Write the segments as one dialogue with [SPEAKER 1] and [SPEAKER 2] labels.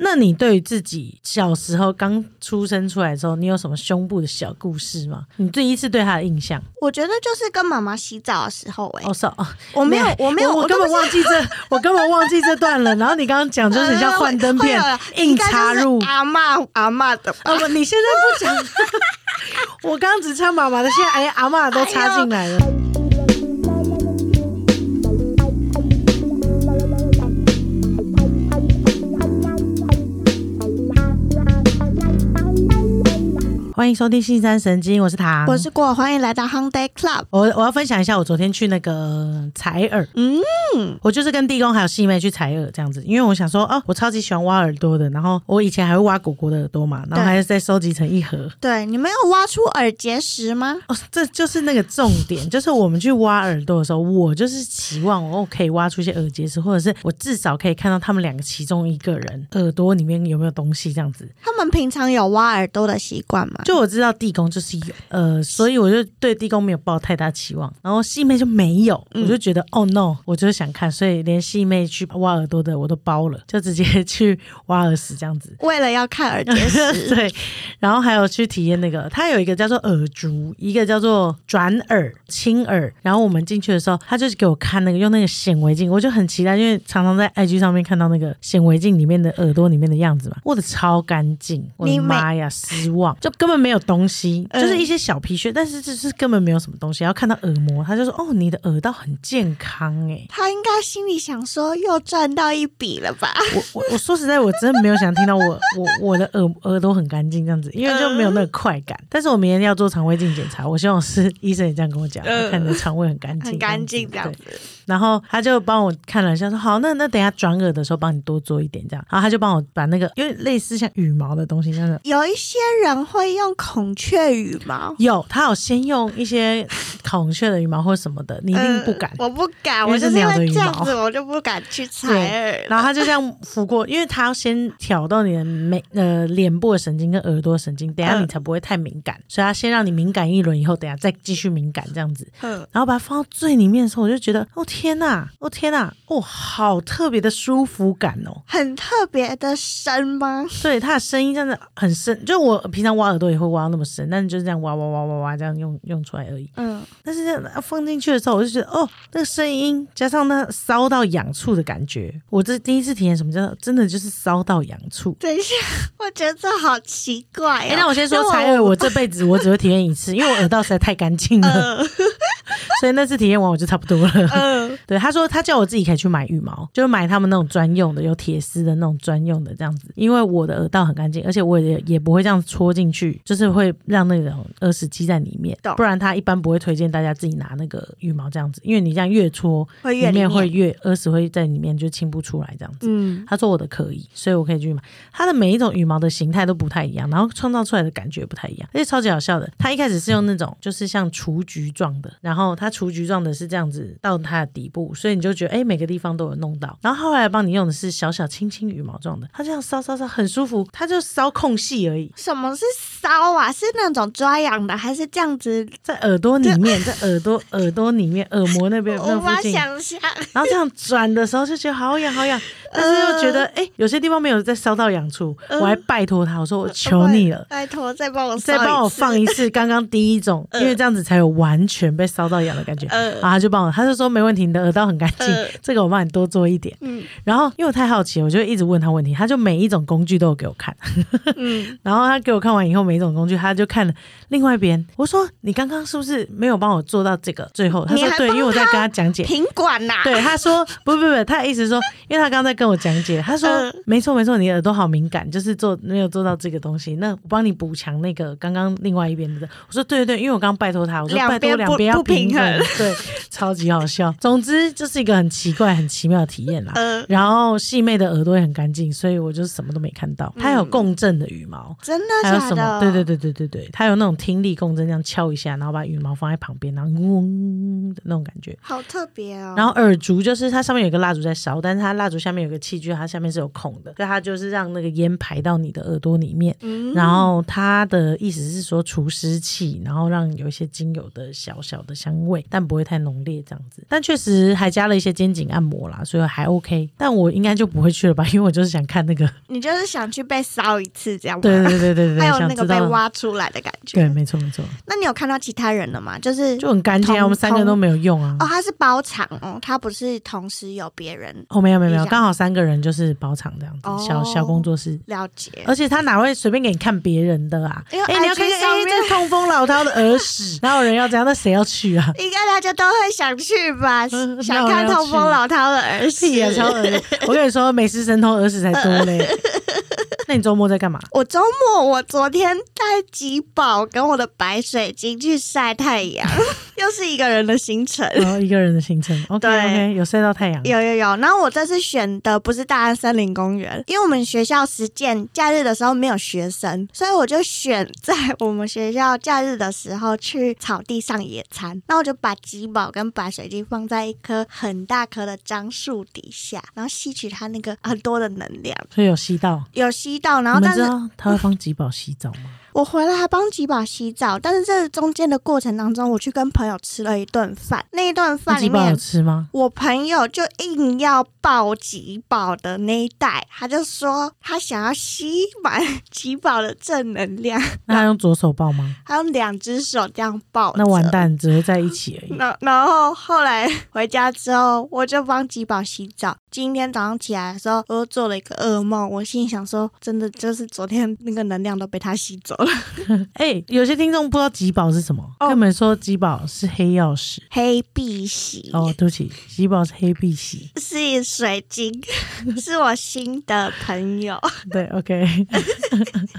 [SPEAKER 1] 那你对于自己小时候刚出生出来的时候，你有什么胸部的小故事吗？你第一次对他的印象？
[SPEAKER 2] 我觉得就是跟妈妈洗澡的时候、欸，哎、
[SPEAKER 1] 哦，是哦，
[SPEAKER 2] 我没有，我没有，
[SPEAKER 1] 我根
[SPEAKER 2] 都
[SPEAKER 1] 本
[SPEAKER 2] 不知
[SPEAKER 1] 忘 记这，我根本忘记这段了。然后你刚刚讲就是很像幻灯片
[SPEAKER 2] 呃 会有
[SPEAKER 1] 硬插入
[SPEAKER 2] 应该就是，阿嬷阿嬷的吧。
[SPEAKER 1] 啊不，你现在不讲， 我刚刚只插妈妈的，现在哎阿嬷都插进来了。欢迎收听《新三神经》，我是唐，
[SPEAKER 2] 我是果，欢迎来到 h o n d a y Club。
[SPEAKER 1] 我我要分享一下，我昨天去那个采耳，
[SPEAKER 2] 嗯，
[SPEAKER 1] 我就是跟地公还有细妹去采耳这样子，因为我想说，哦，我超级喜欢挖耳朵的，然后我以前还会挖果果的耳朵嘛，然后还是再收集成一盒。
[SPEAKER 2] 对，你们有挖出耳结石吗？
[SPEAKER 1] 哦，这就是那个重点，就是我们去挖耳朵的时候，我就是期望我可以挖出一些耳结石，或者是我至少可以看到他们两个其中一个人耳朵里面有没有东西这样子。
[SPEAKER 2] 他们平常有挖耳朵的习惯吗？
[SPEAKER 1] 就我知道地公就是有，呃，所以我就对地公没有抱太大期望，然后细妹就没有，我就觉得、哦 no，我就是想看，所以连细妹去挖耳朵的我都包了，就直接 去挖耳屎这样子。
[SPEAKER 2] 为了要看耳结 石，
[SPEAKER 1] 对，然后还有去体验那个，它有一个叫做耳烛，一个叫做转耳、亲耳。然后我们进去的时候，他就是给我看那个用那个显微镜，我就很期待，因为常常在 IG 上面看到那个显微镜里面的耳朵里面的样子嘛，我的超干净，我
[SPEAKER 2] 你
[SPEAKER 1] 的
[SPEAKER 2] 每
[SPEAKER 1] 妈呀，失望，就根本没有东西，嗯就是一些小皮屑，但是就是根本没有什么东西。然后看到耳膜，他就说：“哦，你的耳道很健康哎、
[SPEAKER 2] 他应该心里想说又赚到一笔了吧？
[SPEAKER 1] 我我我说实在，我真的没有想听到我我我的耳耳朵很干净这样子，因为就没有那个快感。但是我明天要做肠胃镜检查，我希望是医生也这样跟我讲，
[SPEAKER 2] 嗯
[SPEAKER 1] 我看你的肠胃很干净，
[SPEAKER 2] 很干净这样
[SPEAKER 1] 对
[SPEAKER 2] 子。
[SPEAKER 1] 然后他就帮我看了一下，说好，那那等一下转耳的时候帮你多做一点这样。然后他就帮我把那个因为类似像羽毛的东西，像是
[SPEAKER 2] 有一些人会用孔雀羽毛，
[SPEAKER 1] 有他有先用一些孔雀的羽毛或什么的，你一定不敢。
[SPEAKER 2] 呃我不敢，
[SPEAKER 1] 因
[SPEAKER 2] 我
[SPEAKER 1] 为
[SPEAKER 2] 就是是因
[SPEAKER 1] 鸟的
[SPEAKER 2] 为
[SPEAKER 1] 羽
[SPEAKER 2] 这
[SPEAKER 1] 毛
[SPEAKER 2] 样子，我就不敢去采耳。
[SPEAKER 1] 然后他就这样拂过，因为他要先挑到你的眉呃脸部的神经跟耳朵的神经，等一下
[SPEAKER 2] 嗯
[SPEAKER 1] 你才不会太敏感，所以他先让你敏感一轮，以后等一下再继续敏感这样子。
[SPEAKER 2] 嗯，
[SPEAKER 1] 然后把它放到最里面的时候，我就觉得，哦天呐，哦天呐，哦好特别的舒服感哦。
[SPEAKER 2] 很特别的声吗？
[SPEAKER 1] 对，它的声音真的很深，就我平常挖耳朵也会挖到那么深，但是就是这样挖挖挖挖挖这样用用出来而已。
[SPEAKER 2] 嗯，
[SPEAKER 1] 但是这样放进去的时候，我就觉得哦，那个声音加上那烧到痒处的感觉，我这第一次体验什么叫真的就是烧到痒处。
[SPEAKER 2] 等一下，我觉得这好奇怪、哦。
[SPEAKER 1] 哎、那我先说
[SPEAKER 2] 因为
[SPEAKER 1] 采耳，我这辈 子我只会体验一次，因为我耳道实在太干净了，
[SPEAKER 2] 呃
[SPEAKER 1] 所以那次体验完我就差不多了。
[SPEAKER 2] 呃，
[SPEAKER 1] 对，他说他叫我自己可以去买羽毛，就是买他们那种专用的，有铁丝的那种专用的这样子，因为我的耳道很干净，而且我也也不会这样戳进去，就是会让那种耳屎积在里面
[SPEAKER 2] 懂，
[SPEAKER 1] 不然他一般不会推荐大家自己拿那个羽毛这样子，因为你这样越戳，
[SPEAKER 2] 会
[SPEAKER 1] 里
[SPEAKER 2] 越
[SPEAKER 1] 面会越耳屎会在里面就清不出来这样子。
[SPEAKER 2] 嗯，
[SPEAKER 1] 他说我的可以，所以我可以去买。它的每一种羽毛的形态都不太一样，然后创造出来的感觉也不太一样，而且超级好笑的。他一开始是用那种就是像雏菊状的，然后它雏菊状的是这样子到它的底部，所以你就觉得哎、诶每个地方都有弄到。然后后来帮你用的是小小轻轻羽毛状的，它这样烧烧烧很舒服，它就烧空隙而已，
[SPEAKER 2] 什么是搔啊？是那种抓痒的，还是这样子？
[SPEAKER 1] 在耳朵里面，在耳朵耳朵里面耳膜那边
[SPEAKER 2] 我
[SPEAKER 1] 那
[SPEAKER 2] 无法
[SPEAKER 1] 附近。
[SPEAKER 2] 想象。
[SPEAKER 1] 然后这样转的时候就觉得好痒好痒， 但是又觉
[SPEAKER 2] 呃
[SPEAKER 1] 得哎、诶有些地方没有在烧到痒处，
[SPEAKER 2] 嗯
[SPEAKER 1] 我还拜托他，我说我求你了，
[SPEAKER 2] 拜托，再帮我
[SPEAKER 1] 再
[SPEAKER 2] 搔一
[SPEAKER 1] 帮我
[SPEAKER 2] 次嗯
[SPEAKER 1] 放一 次刚刚第一种，因为这样子才有完全被烧到痒的感觉。
[SPEAKER 2] 呃
[SPEAKER 1] 然后他就帮我，他就说没问题，你的耳道很干净
[SPEAKER 2] 呃，
[SPEAKER 1] 这个我帮你多做一点。
[SPEAKER 2] 嗯
[SPEAKER 1] 然后因为我太好奇，我就一直问他问题，他就每一种工具都有给我看。
[SPEAKER 2] 嗯，
[SPEAKER 1] 然后他给我看完以后，每一种工具他就看了另外一边。我说你刚刚是不是没有帮我做到这个最后？他
[SPEAKER 2] 你
[SPEAKER 1] 说
[SPEAKER 2] 还
[SPEAKER 1] 对，因
[SPEAKER 2] 帮
[SPEAKER 1] 为我在
[SPEAKER 2] 他
[SPEAKER 1] 跟他讲解。
[SPEAKER 2] 品管啊呐、
[SPEAKER 1] 对，他说不不不，他的意思说，因为他刚刚在跟我讲解，他说、
[SPEAKER 2] 嗯
[SPEAKER 1] 没错没错，你的耳朵好敏感，就是做没有做到这个东西，那我帮你补强那个刚刚另外一边的。我说对对对，因为我刚刚拜托他，我说
[SPEAKER 2] 两
[SPEAKER 1] 拜托
[SPEAKER 2] 边
[SPEAKER 1] 两
[SPEAKER 2] 不
[SPEAKER 1] 边要
[SPEAKER 2] 不平
[SPEAKER 1] 平
[SPEAKER 2] 衡，
[SPEAKER 1] 对，超级好 笑。总之就是一个很奇怪、很奇妙的体验啦。
[SPEAKER 2] 呃，
[SPEAKER 1] 然后细妹的耳朵也很干净，所以我就什么都没看到。它有共振的羽毛，
[SPEAKER 2] 嗯真的
[SPEAKER 1] 还有
[SPEAKER 2] 假
[SPEAKER 1] 什么？
[SPEAKER 2] 的？
[SPEAKER 1] 对对对对对对，它有那种听力共振，这样敲一下，然后把羽毛放在旁边，然后嗡的那种感觉。
[SPEAKER 2] 好特别哦。
[SPEAKER 1] 然后耳烛就是它上面有一个蜡烛在烧，但是它蜡烛下面有一个器具，它下面是有孔的，所以它就是让那个烟排到你的耳朵里面。
[SPEAKER 2] 嗯
[SPEAKER 1] 然后它的意思是说除湿气，然后让有一些精油的小小的香味，但不会太浓烈这样子。但确实还加了一些肩颈按摩啦，所以还 OK。但我应该就不会去了吧，因为我就是想看那个。
[SPEAKER 2] 你就是想去被骚一次这样 吗？
[SPEAKER 1] 对对对对对对，
[SPEAKER 2] 还有
[SPEAKER 1] 想
[SPEAKER 2] 那个
[SPEAKER 1] 知
[SPEAKER 2] 被
[SPEAKER 1] 道。
[SPEAKER 2] 挖出来的感
[SPEAKER 1] 对，
[SPEAKER 2] 觉。
[SPEAKER 1] 没错没错，
[SPEAKER 2] 那你有看到其他人了吗？就是
[SPEAKER 1] 就很干净
[SPEAKER 2] 同
[SPEAKER 1] 啊。我们三个人都没有用啊。
[SPEAKER 2] 哦，他是包场哦，他不是同时有别人
[SPEAKER 1] 哦，没有没有没
[SPEAKER 2] 一
[SPEAKER 1] 有，
[SPEAKER 2] 样
[SPEAKER 1] 刚好三个人就是包场这样子，
[SPEAKER 2] 哦
[SPEAKER 1] 小小工作室。
[SPEAKER 2] 了解。
[SPEAKER 1] 而且他哪会随便给你看别人的啊？
[SPEAKER 2] 哎
[SPEAKER 1] 哎、
[SPEAKER 2] 呦
[SPEAKER 1] 你要看
[SPEAKER 2] IG
[SPEAKER 1] 见
[SPEAKER 2] 上
[SPEAKER 1] 哎、
[SPEAKER 2] 面
[SPEAKER 1] 这痛风老饕的耳 屎，哪有人要这样？那谁要去啊？
[SPEAKER 2] 应该大家都会想去吧，
[SPEAKER 1] 嗯
[SPEAKER 2] 想看痛风老饕的儿
[SPEAKER 1] 屁
[SPEAKER 2] 戏
[SPEAKER 1] 啊，超恶心！我跟你说，美食神偷耳屎才多 嘞。那你周末在干嘛？
[SPEAKER 2] 我周末我昨天带吉宝跟我的白水晶去晒太阳， 又是一个人的行程。
[SPEAKER 1] 然哦后一个人的行 程，OK
[SPEAKER 2] 对
[SPEAKER 1] OK，有晒到太阳。
[SPEAKER 2] 有有有，然后我这次选的不是大安森林公园，因为我们学校实践假日的时候没有学生，所以我就选在我们学校假日的时候去草地上野餐。那我就把吉宝跟白水晶放在一棵很大棵的樟树底下，然后吸取它那个很多的能量，
[SPEAKER 1] 所以有吸到。
[SPEAKER 2] 有吸到。然后
[SPEAKER 1] 你们
[SPEAKER 2] 但
[SPEAKER 1] 知
[SPEAKER 2] 是
[SPEAKER 1] 道他会帮吉宝洗澡吗？
[SPEAKER 2] 我回来还帮吉宝洗澡，但是这中间的过程当中，我去跟朋友吃了一顿饭，那一顿
[SPEAKER 1] 那
[SPEAKER 2] 饭
[SPEAKER 1] 吉
[SPEAKER 2] 里
[SPEAKER 1] 宝有
[SPEAKER 2] 面。
[SPEAKER 1] 吃吗？
[SPEAKER 2] 我朋友就硬要抱吉宝的那一袋，他就说他想要吸满吉宝的正能量，
[SPEAKER 1] 那他用左手抱吗？
[SPEAKER 2] 他用两只手这样抱着。
[SPEAKER 1] 那完蛋，只会在一起 而已。
[SPEAKER 2] 然然后后来回家之后，我就帮吉宝洗澡。今天早上起来的时候，我又做了一个噩梦，我心里想说，真的就是昨天那个能量都被他吸走 了。
[SPEAKER 1] 哎、有些听众不知道吉宝是什么，
[SPEAKER 2] 哦
[SPEAKER 1] 跟你们说吉宝是黑曜石。
[SPEAKER 2] 黑碧玺
[SPEAKER 1] 哦，对不起，吉宝是黑碧玺。
[SPEAKER 2] 是水晶， 是我新的朋友。
[SPEAKER 1] 对，OK。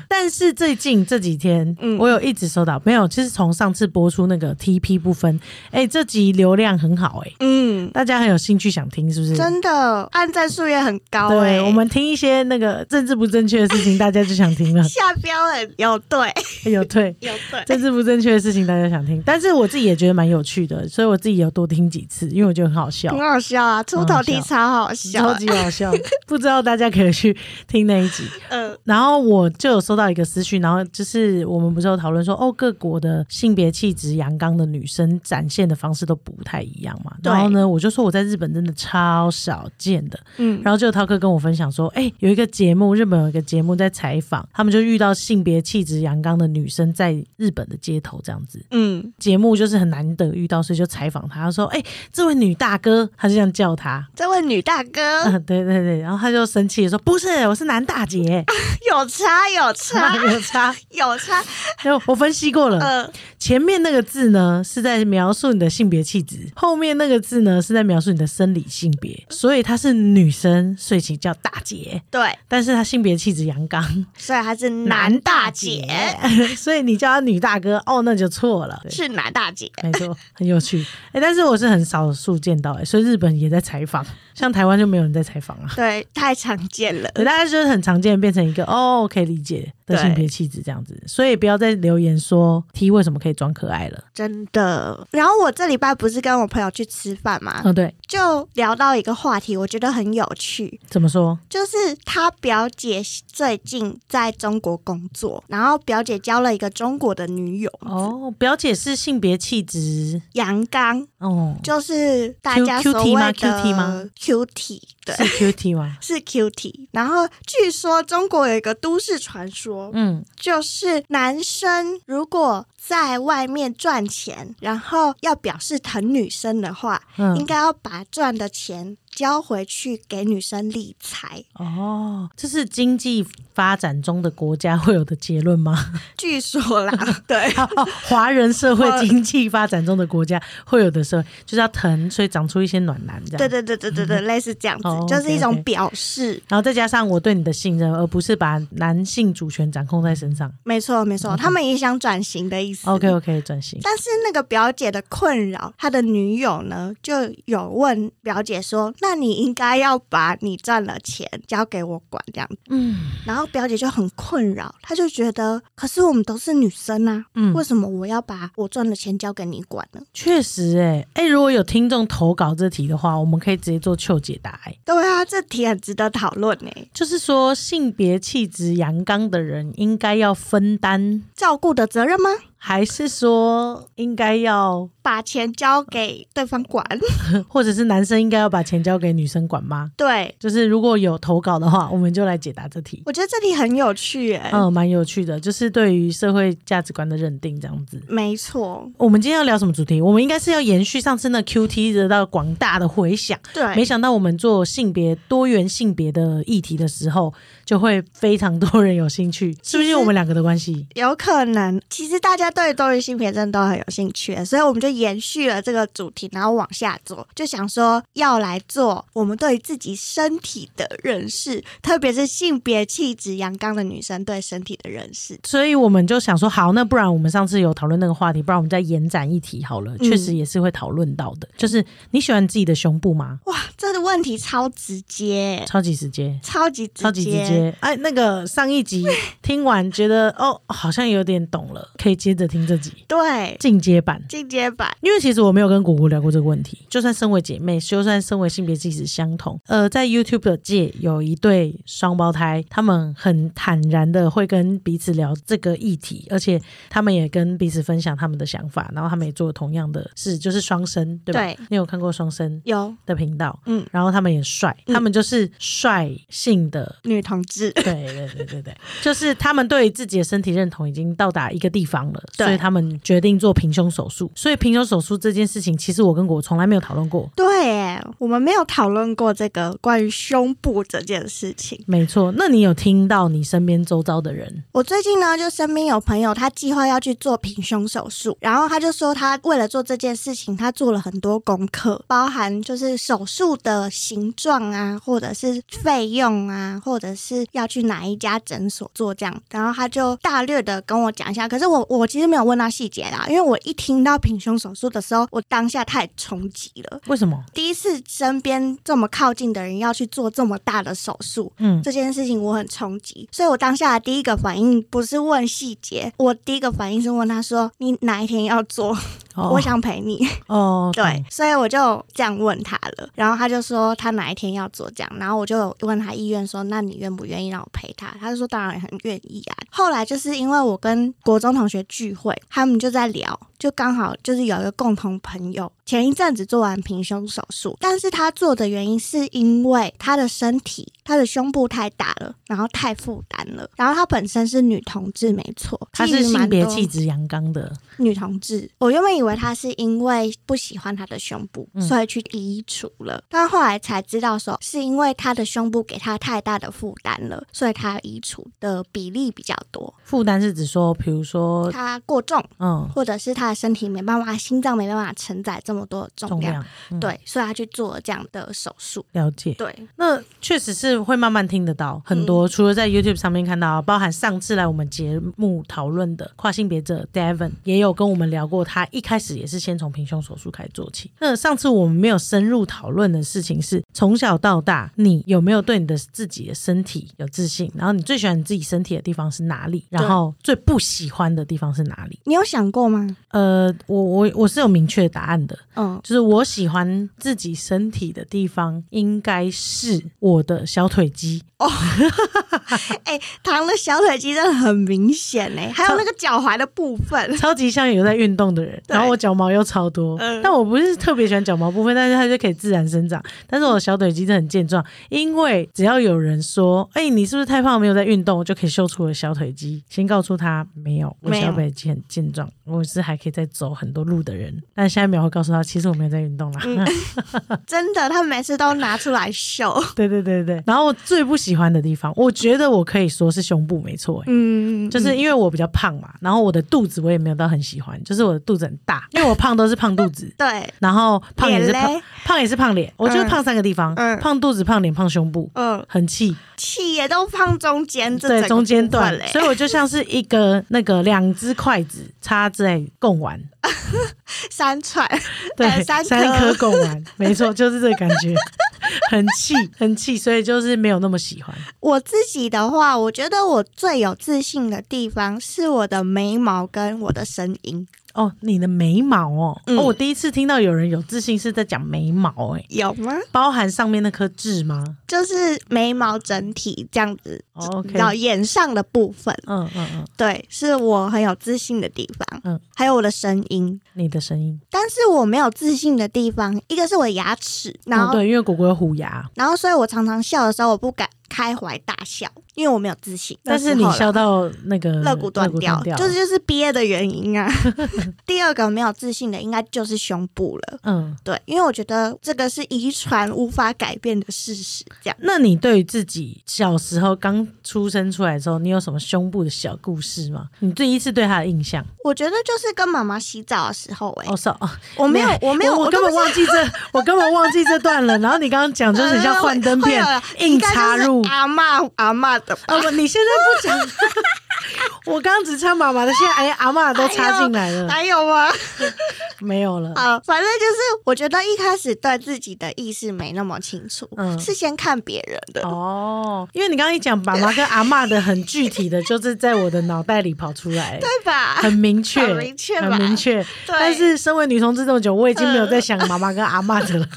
[SPEAKER 1] 但是最近这几天，
[SPEAKER 2] 嗯
[SPEAKER 1] 我有一直收到，没有，就是从上次播出那个 TP 部分，哎、这集流量很好、哎，
[SPEAKER 2] 嗯，
[SPEAKER 1] 大家很有兴趣想听，是不是？
[SPEAKER 2] 真的，按赞数也很高哎、
[SPEAKER 1] 嗯对，我们听一些那个政治不正确的事情，大家就想听了。
[SPEAKER 2] 下标很有对，
[SPEAKER 1] 哎呦，对。
[SPEAKER 2] 有对。
[SPEAKER 1] 政治不正确的事情大家想听，但是我自己也觉得蛮有趣的，所以我自己有多听几次，因为我觉得很好笑
[SPEAKER 2] 很。好笑啊！出头题超好笑啊
[SPEAKER 1] 超，级好笑，不知道大家可以去听那一集。
[SPEAKER 2] 嗯，
[SPEAKER 1] 然后我就有收到一个私讯，然后就是我们不是有讨论说，哦，各国的性别气质阳刚的女生展现的方式都不太一样嘛。
[SPEAKER 2] 对
[SPEAKER 1] 然后呢，我就说我在日本真的超少见的。
[SPEAKER 2] 嗯
[SPEAKER 1] 然后就有涛哥跟我分享说，哎、有一个节目，日本有一个节目在采访，他们就遇到性别气质阳刚的女生在日本的街头这样子。
[SPEAKER 2] 嗯，
[SPEAKER 1] 节目就是很难得遇到，所以就采访他，他说：“哎、这位女大哥，他就这样叫他，
[SPEAKER 2] 这位女大哥
[SPEAKER 1] 啊， 对对对，然后他就生气地说：“不是，我是男大姐，
[SPEAKER 2] 有差有差
[SPEAKER 1] 有差。
[SPEAKER 2] 有差，
[SPEAKER 1] 就哎我分析过了，
[SPEAKER 2] 呃，
[SPEAKER 1] 前面那个字呢是在描述你的性别气质，后面那个字呢是在描述你的生理性别，所以她是女生，所以请叫大姐。
[SPEAKER 2] 对，
[SPEAKER 1] 但是她性别气质阳刚，
[SPEAKER 2] 所以她是 男大姐，，
[SPEAKER 1] 所以你叫她女大哥，哦，那就错了。对
[SPEAKER 2] 是男大姐，
[SPEAKER 1] 没错，很有趣。哎、但是我是很少数见到、哎，所以日本也在采访，像台湾就没有人在采访啊。
[SPEAKER 2] 对，太常见了。
[SPEAKER 1] 对，大家就是很常见变成一个哦，可以理解的
[SPEAKER 2] 呃对
[SPEAKER 1] 性别气质这样子，所以不要再留言说 T 为什么可以装可爱了。
[SPEAKER 2] 真的。然后我这礼拜不是跟我朋友去吃饭嘛，
[SPEAKER 1] 哦，对，
[SPEAKER 2] 就聊到一个话题，我觉得很有趣，
[SPEAKER 1] 怎么说？
[SPEAKER 2] 就是他表姐最近在中国工作，然后表姐交了一个中国的女友，
[SPEAKER 1] 哦，表姐是性别气质
[SPEAKER 2] 阳刚，
[SPEAKER 1] 哦，
[SPEAKER 2] 就是大家
[SPEAKER 1] Q-
[SPEAKER 2] 所
[SPEAKER 1] QT 吗
[SPEAKER 2] 谓
[SPEAKER 1] ？QT 吗
[SPEAKER 2] 的 Q T，对
[SPEAKER 1] 是。Q T 吗？
[SPEAKER 2] 是 Q T，然后据说中国有一个都市传说，
[SPEAKER 1] 嗯，
[SPEAKER 2] 就是男生如果在外面赚钱，然后要表示疼女生的话，
[SPEAKER 1] 嗯
[SPEAKER 2] 应该要把赚的钱交回去给女生理财。
[SPEAKER 1] 哦，这是经济发展中的国家会有的结论吗？
[SPEAKER 2] 据说啦，对
[SPEAKER 1] 哦哦，华人社会经济发展中的国家会有的社会，就是要疼，所以长出一些暖男这样。
[SPEAKER 2] 对对对对对对，类似这样子，
[SPEAKER 1] 哦
[SPEAKER 2] 就是一种
[SPEAKER 1] OK，OK
[SPEAKER 2] 表示。
[SPEAKER 1] 然后再加上我对你的信任，而不是把男性主权掌控在身上。
[SPEAKER 2] 没错没
[SPEAKER 1] 嗯
[SPEAKER 2] 错，他们也想转型的意思。
[SPEAKER 1] OK OK，转型。
[SPEAKER 2] 但是那个表姐的困扰，她的女友呢就有问表姐说：“那你应该要把你赚了钱交给我管这样。
[SPEAKER 1] 嗯
[SPEAKER 2] 然后表姐就很困扰，她就觉得，可是我们都是女生啊，
[SPEAKER 1] 嗯
[SPEAKER 2] 为，什么我要把我赚的钱交给你管呢？
[SPEAKER 1] 确实哎、欸、哎、如果有听众投稿这题的话，我们可以直接做求解答哎、
[SPEAKER 2] 对啊，这题很值得讨论欸呢、
[SPEAKER 1] 就是说，性别气质阳刚的人应该要分担，
[SPEAKER 2] 照顾的责任吗？
[SPEAKER 1] 还是说应该要，
[SPEAKER 2] 把钱交给对方 管，
[SPEAKER 1] 或者是男生应该要把钱交给女生管吗？
[SPEAKER 2] 对
[SPEAKER 1] 就是如果有投稿的话，我们就来解答这题。
[SPEAKER 2] 我觉得这题很有趣耶、
[SPEAKER 1] 嗯，蛮有趣的，就是对于社会价值观的认定这样子。
[SPEAKER 2] 没错，
[SPEAKER 1] 我们今天要聊什么主题？我们应该是要延续上次那 QT 得到广大的回响。没
[SPEAKER 2] 对，
[SPEAKER 1] 想到我们做性别多元性别的议题的时候，就会非常多人有兴趣，是不是因为我们两个的关系？
[SPEAKER 2] 有可能。其实大家对多元性别真的都很有兴趣，所以我们就延续了这个主题，然后往下做，就想说要来做我们对于自己身体的认识，特别是性别气质阳刚的女生对身体的认识。
[SPEAKER 1] 所以我们就想说，好，那不然我们上次有讨论那个话题，不然我们再延展一题好了。确实也是会讨论到的，就是你喜欢自己的胸部吗？
[SPEAKER 2] 哇，这个问题超直接，
[SPEAKER 1] 超级直接。
[SPEAKER 2] 超级直接，
[SPEAKER 1] 超级直接，哎，那个上一 集听完觉得哦，好像有点懂了，可以接着听这集
[SPEAKER 2] 对，
[SPEAKER 1] 进阶版。
[SPEAKER 2] 进阶版
[SPEAKER 1] 因为其实我没有跟果果聊过这个问题，就算身为姐妹，就算身为性别气质相同，呃，在 YouTube 的界有一对双胞胎，他们很坦然的会跟彼此聊这个议题，而且他们也跟彼此分享他们的想法，然后他们也做同样的事，就是双生，对吧？
[SPEAKER 2] 对
[SPEAKER 1] 你有看过双生
[SPEAKER 2] 有
[SPEAKER 1] 的频道？
[SPEAKER 2] 嗯
[SPEAKER 1] 然后他们也帅，
[SPEAKER 2] 嗯
[SPEAKER 1] 他们就是率性的。
[SPEAKER 2] 女同志，
[SPEAKER 1] 对对对对对，就是他们对自己的身体认同已经到达一个地方了，
[SPEAKER 2] 对
[SPEAKER 1] 所以他们决定做平胸手术。所以平胸手术这件事情，其实我跟果从来没有讨论过。
[SPEAKER 2] 对耶，我们没有讨论过这个关于胸部这件事情。
[SPEAKER 1] 没错，那你有听到你身边周遭的人？
[SPEAKER 2] 我最近呢，就身边有朋友，他计划要去做平胸手术，然后他就说，他为了做这件事情，他做了很多功课，包含就是手术的形状啊，或者是费用啊，或者是要去哪一家诊所做这样，然后他就大略的跟我讲一下。可是我我其实没有问到细节啦，因为我一听到平胸手术的时候，我当下太冲击了。
[SPEAKER 1] 为什么？
[SPEAKER 2] 第一次身边这么靠近的人要去做这么大的手术，
[SPEAKER 1] 嗯，
[SPEAKER 2] 这件事情我很冲击，所以我当下的第一个反应不是问细节，我第一个反应是问他说：“你哪一天要做？
[SPEAKER 1] 哦
[SPEAKER 2] 我想陪你。
[SPEAKER 1] 哦，
[SPEAKER 2] 对
[SPEAKER 1] 懂，，
[SPEAKER 2] 所以我就这样问他了，然后他就说他哪一天要做这样，然后我就有问他意愿说：“那你愿不愿意让我陪他？”他就说：“当然很愿意啊。”后来就是因为我跟国中同学聚会，他们就在聊。就刚好就是有一个共同朋友，前一阵子做完平胸手术，但是他做的原因是因为他的身体，他的胸部太大了，然后太负担了，然后他本身是女同志，没错，
[SPEAKER 1] 他
[SPEAKER 2] 其
[SPEAKER 1] 是
[SPEAKER 2] 实蛮
[SPEAKER 1] 性别
[SPEAKER 2] 多
[SPEAKER 1] 气质阳刚的，
[SPEAKER 2] 女同志，我原本以为她是因为不喜欢她的胸部，所以去移除了，但后来才知道说是因为她的胸部给她太大的负担了，所以她移除的比例比较多，
[SPEAKER 1] 负担是指说，比如说，
[SPEAKER 2] 她过重，
[SPEAKER 1] 嗯，
[SPEAKER 2] 或者是她的身体没办法，心脏没办法承载这么多的重
[SPEAKER 1] 重
[SPEAKER 2] 量，
[SPEAKER 1] 量，嗯
[SPEAKER 2] 对，所以她去做了这样的手术，
[SPEAKER 1] 了解。
[SPEAKER 2] 对，
[SPEAKER 1] 那确实是会慢慢听得到很多，除了在 YouTube 上面看到，包含上次来我们节目讨论的跨性别者 Devon 也有跟我们聊过，他一开始也是先从平胸手术开始做起。那上次我们没有深入讨论的事情是，从小到大你有没有对你的自己的身体有自信？然后你最喜欢你自己身体的地方是哪里？然后最不喜欢的地方是哪里？
[SPEAKER 2] 你有想过吗？
[SPEAKER 1] 呃，我我我是有明确答案的，
[SPEAKER 2] 嗯，
[SPEAKER 1] 就是我喜欢自己身体的地方，应该是我的小腿 肌。
[SPEAKER 2] 哎、唐的小腿肌真的很明显哎、还有那个脚踝的部分，
[SPEAKER 1] 超级像有在运动的人，
[SPEAKER 2] 对
[SPEAKER 1] 然后我脚毛又超多，
[SPEAKER 2] 嗯
[SPEAKER 1] 但我不是特别喜欢脚毛部分，但是它就可以自然生长。但是我的小腿肌真的很健壮，因为只要有人说：“哎、你是不是太胖没有在运动？”我就可以秀出我的小腿肌，先告诉他没有，我
[SPEAKER 2] 没有
[SPEAKER 1] 小腿肌很健壮，我是还可以再走很多路的人。但下一秒会告诉他，其实我没有在运动啦。
[SPEAKER 2] 嗯真的，他们每次都拿出来秀，
[SPEAKER 1] 对对对对，然后我最不喜欢的地方，我觉得我可以说是胸部没错、欸
[SPEAKER 2] 嗯，，
[SPEAKER 1] 就是因为我比较胖嘛，然后我的肚子我也没有到很喜欢，就是我的肚子很大，因为我胖都是胖肚子
[SPEAKER 2] 对，
[SPEAKER 1] 然后胖也是
[SPEAKER 2] 脸
[SPEAKER 1] 胖
[SPEAKER 2] 嘞，
[SPEAKER 1] 胖也是胖脸，我就是
[SPEAKER 2] 嗯
[SPEAKER 1] 胖三个地方，
[SPEAKER 2] 嗯
[SPEAKER 1] 胖肚子、胖脸、胖胸部，
[SPEAKER 2] 嗯，
[SPEAKER 1] 很气，
[SPEAKER 2] 气也都放中间，这
[SPEAKER 1] 对
[SPEAKER 2] 整个
[SPEAKER 1] 中间
[SPEAKER 2] 部分
[SPEAKER 1] 段，
[SPEAKER 2] 嘞，
[SPEAKER 1] 所以我就像是一个那个两只筷子插在共贡丸，
[SPEAKER 2] 三串，
[SPEAKER 1] 对
[SPEAKER 2] 呃，三
[SPEAKER 1] 颗
[SPEAKER 2] 颗
[SPEAKER 1] 贡丸，没错，就是这个感觉，很气，很气，所以就是没有那么喜欢。
[SPEAKER 2] 我自己的话，我觉得我最有自信的地方是我的眉毛跟我的声音。
[SPEAKER 1] 哦，你的眉毛哦，
[SPEAKER 2] 嗯
[SPEAKER 1] 哦，我第一次听到有人有自信是在讲眉毛、哎，
[SPEAKER 2] 有吗？
[SPEAKER 1] 包含上面那颗痣吗
[SPEAKER 2] 就是眉毛整体这样子，
[SPEAKER 1] 哦？OK，
[SPEAKER 2] 然后眼上的部分，
[SPEAKER 1] 嗯嗯嗯，
[SPEAKER 2] 对，是我很有自信的地方。
[SPEAKER 1] 嗯
[SPEAKER 2] 嗯，还有我的声音，
[SPEAKER 1] 你的声音，
[SPEAKER 2] 但是我没有自信的地方，一个是我牙齿，然
[SPEAKER 1] 哦，
[SPEAKER 2] 后、
[SPEAKER 1] 对，因为果果有虎牙，
[SPEAKER 2] 然后，所以我常常笑的时候，我不敢开怀大笑，因为我没有自信。
[SPEAKER 1] 但是你
[SPEAKER 2] 那时候啦
[SPEAKER 1] 笑到那个
[SPEAKER 2] 肋骨断掉，就是
[SPEAKER 1] 了
[SPEAKER 2] 就是憋的原因 啊。第二个没有自信的，应该就是胸部了。
[SPEAKER 1] 嗯。
[SPEAKER 2] 对，因为我觉得这个是遗传无法改变的事实。这样，
[SPEAKER 1] 那你对于自己小时候刚出生出来的时候，你有什么胸部的小故事吗？你第一次对他的印象？
[SPEAKER 2] 我觉得就是跟妈妈洗澡的时候、欸，哎、
[SPEAKER 1] 哦，是哦，
[SPEAKER 2] 我没有，我没有，
[SPEAKER 1] 我
[SPEAKER 2] 都
[SPEAKER 1] 根
[SPEAKER 2] 不
[SPEAKER 1] 本忘记这，我根本忘记这段了。然后你刚刚讲就是很像幻灯片
[SPEAKER 2] 呃会有，
[SPEAKER 1] 硬插入
[SPEAKER 2] 应该就是。啊阿嬷阿嬷的吧。
[SPEAKER 1] 啊不，你现在不讲， 我刚刚只插妈妈的，现在哎阿嬷都插进来了，
[SPEAKER 2] 还有 吗？
[SPEAKER 1] 没有了。
[SPEAKER 2] 啊，反正就是我觉得一开始对自己的意识没那么清楚，
[SPEAKER 1] 嗯
[SPEAKER 2] 是先看别人的。
[SPEAKER 1] 哦，因为你刚刚一讲爸妈跟阿嬷的很具体的，就是在我的脑袋里跑出来，
[SPEAKER 2] 对吧？
[SPEAKER 1] 很明确，
[SPEAKER 2] 很明确吧
[SPEAKER 1] 很明确。
[SPEAKER 2] 对
[SPEAKER 1] 但是身为女同志这么久，我已经没有在想妈妈跟阿嬷 的了。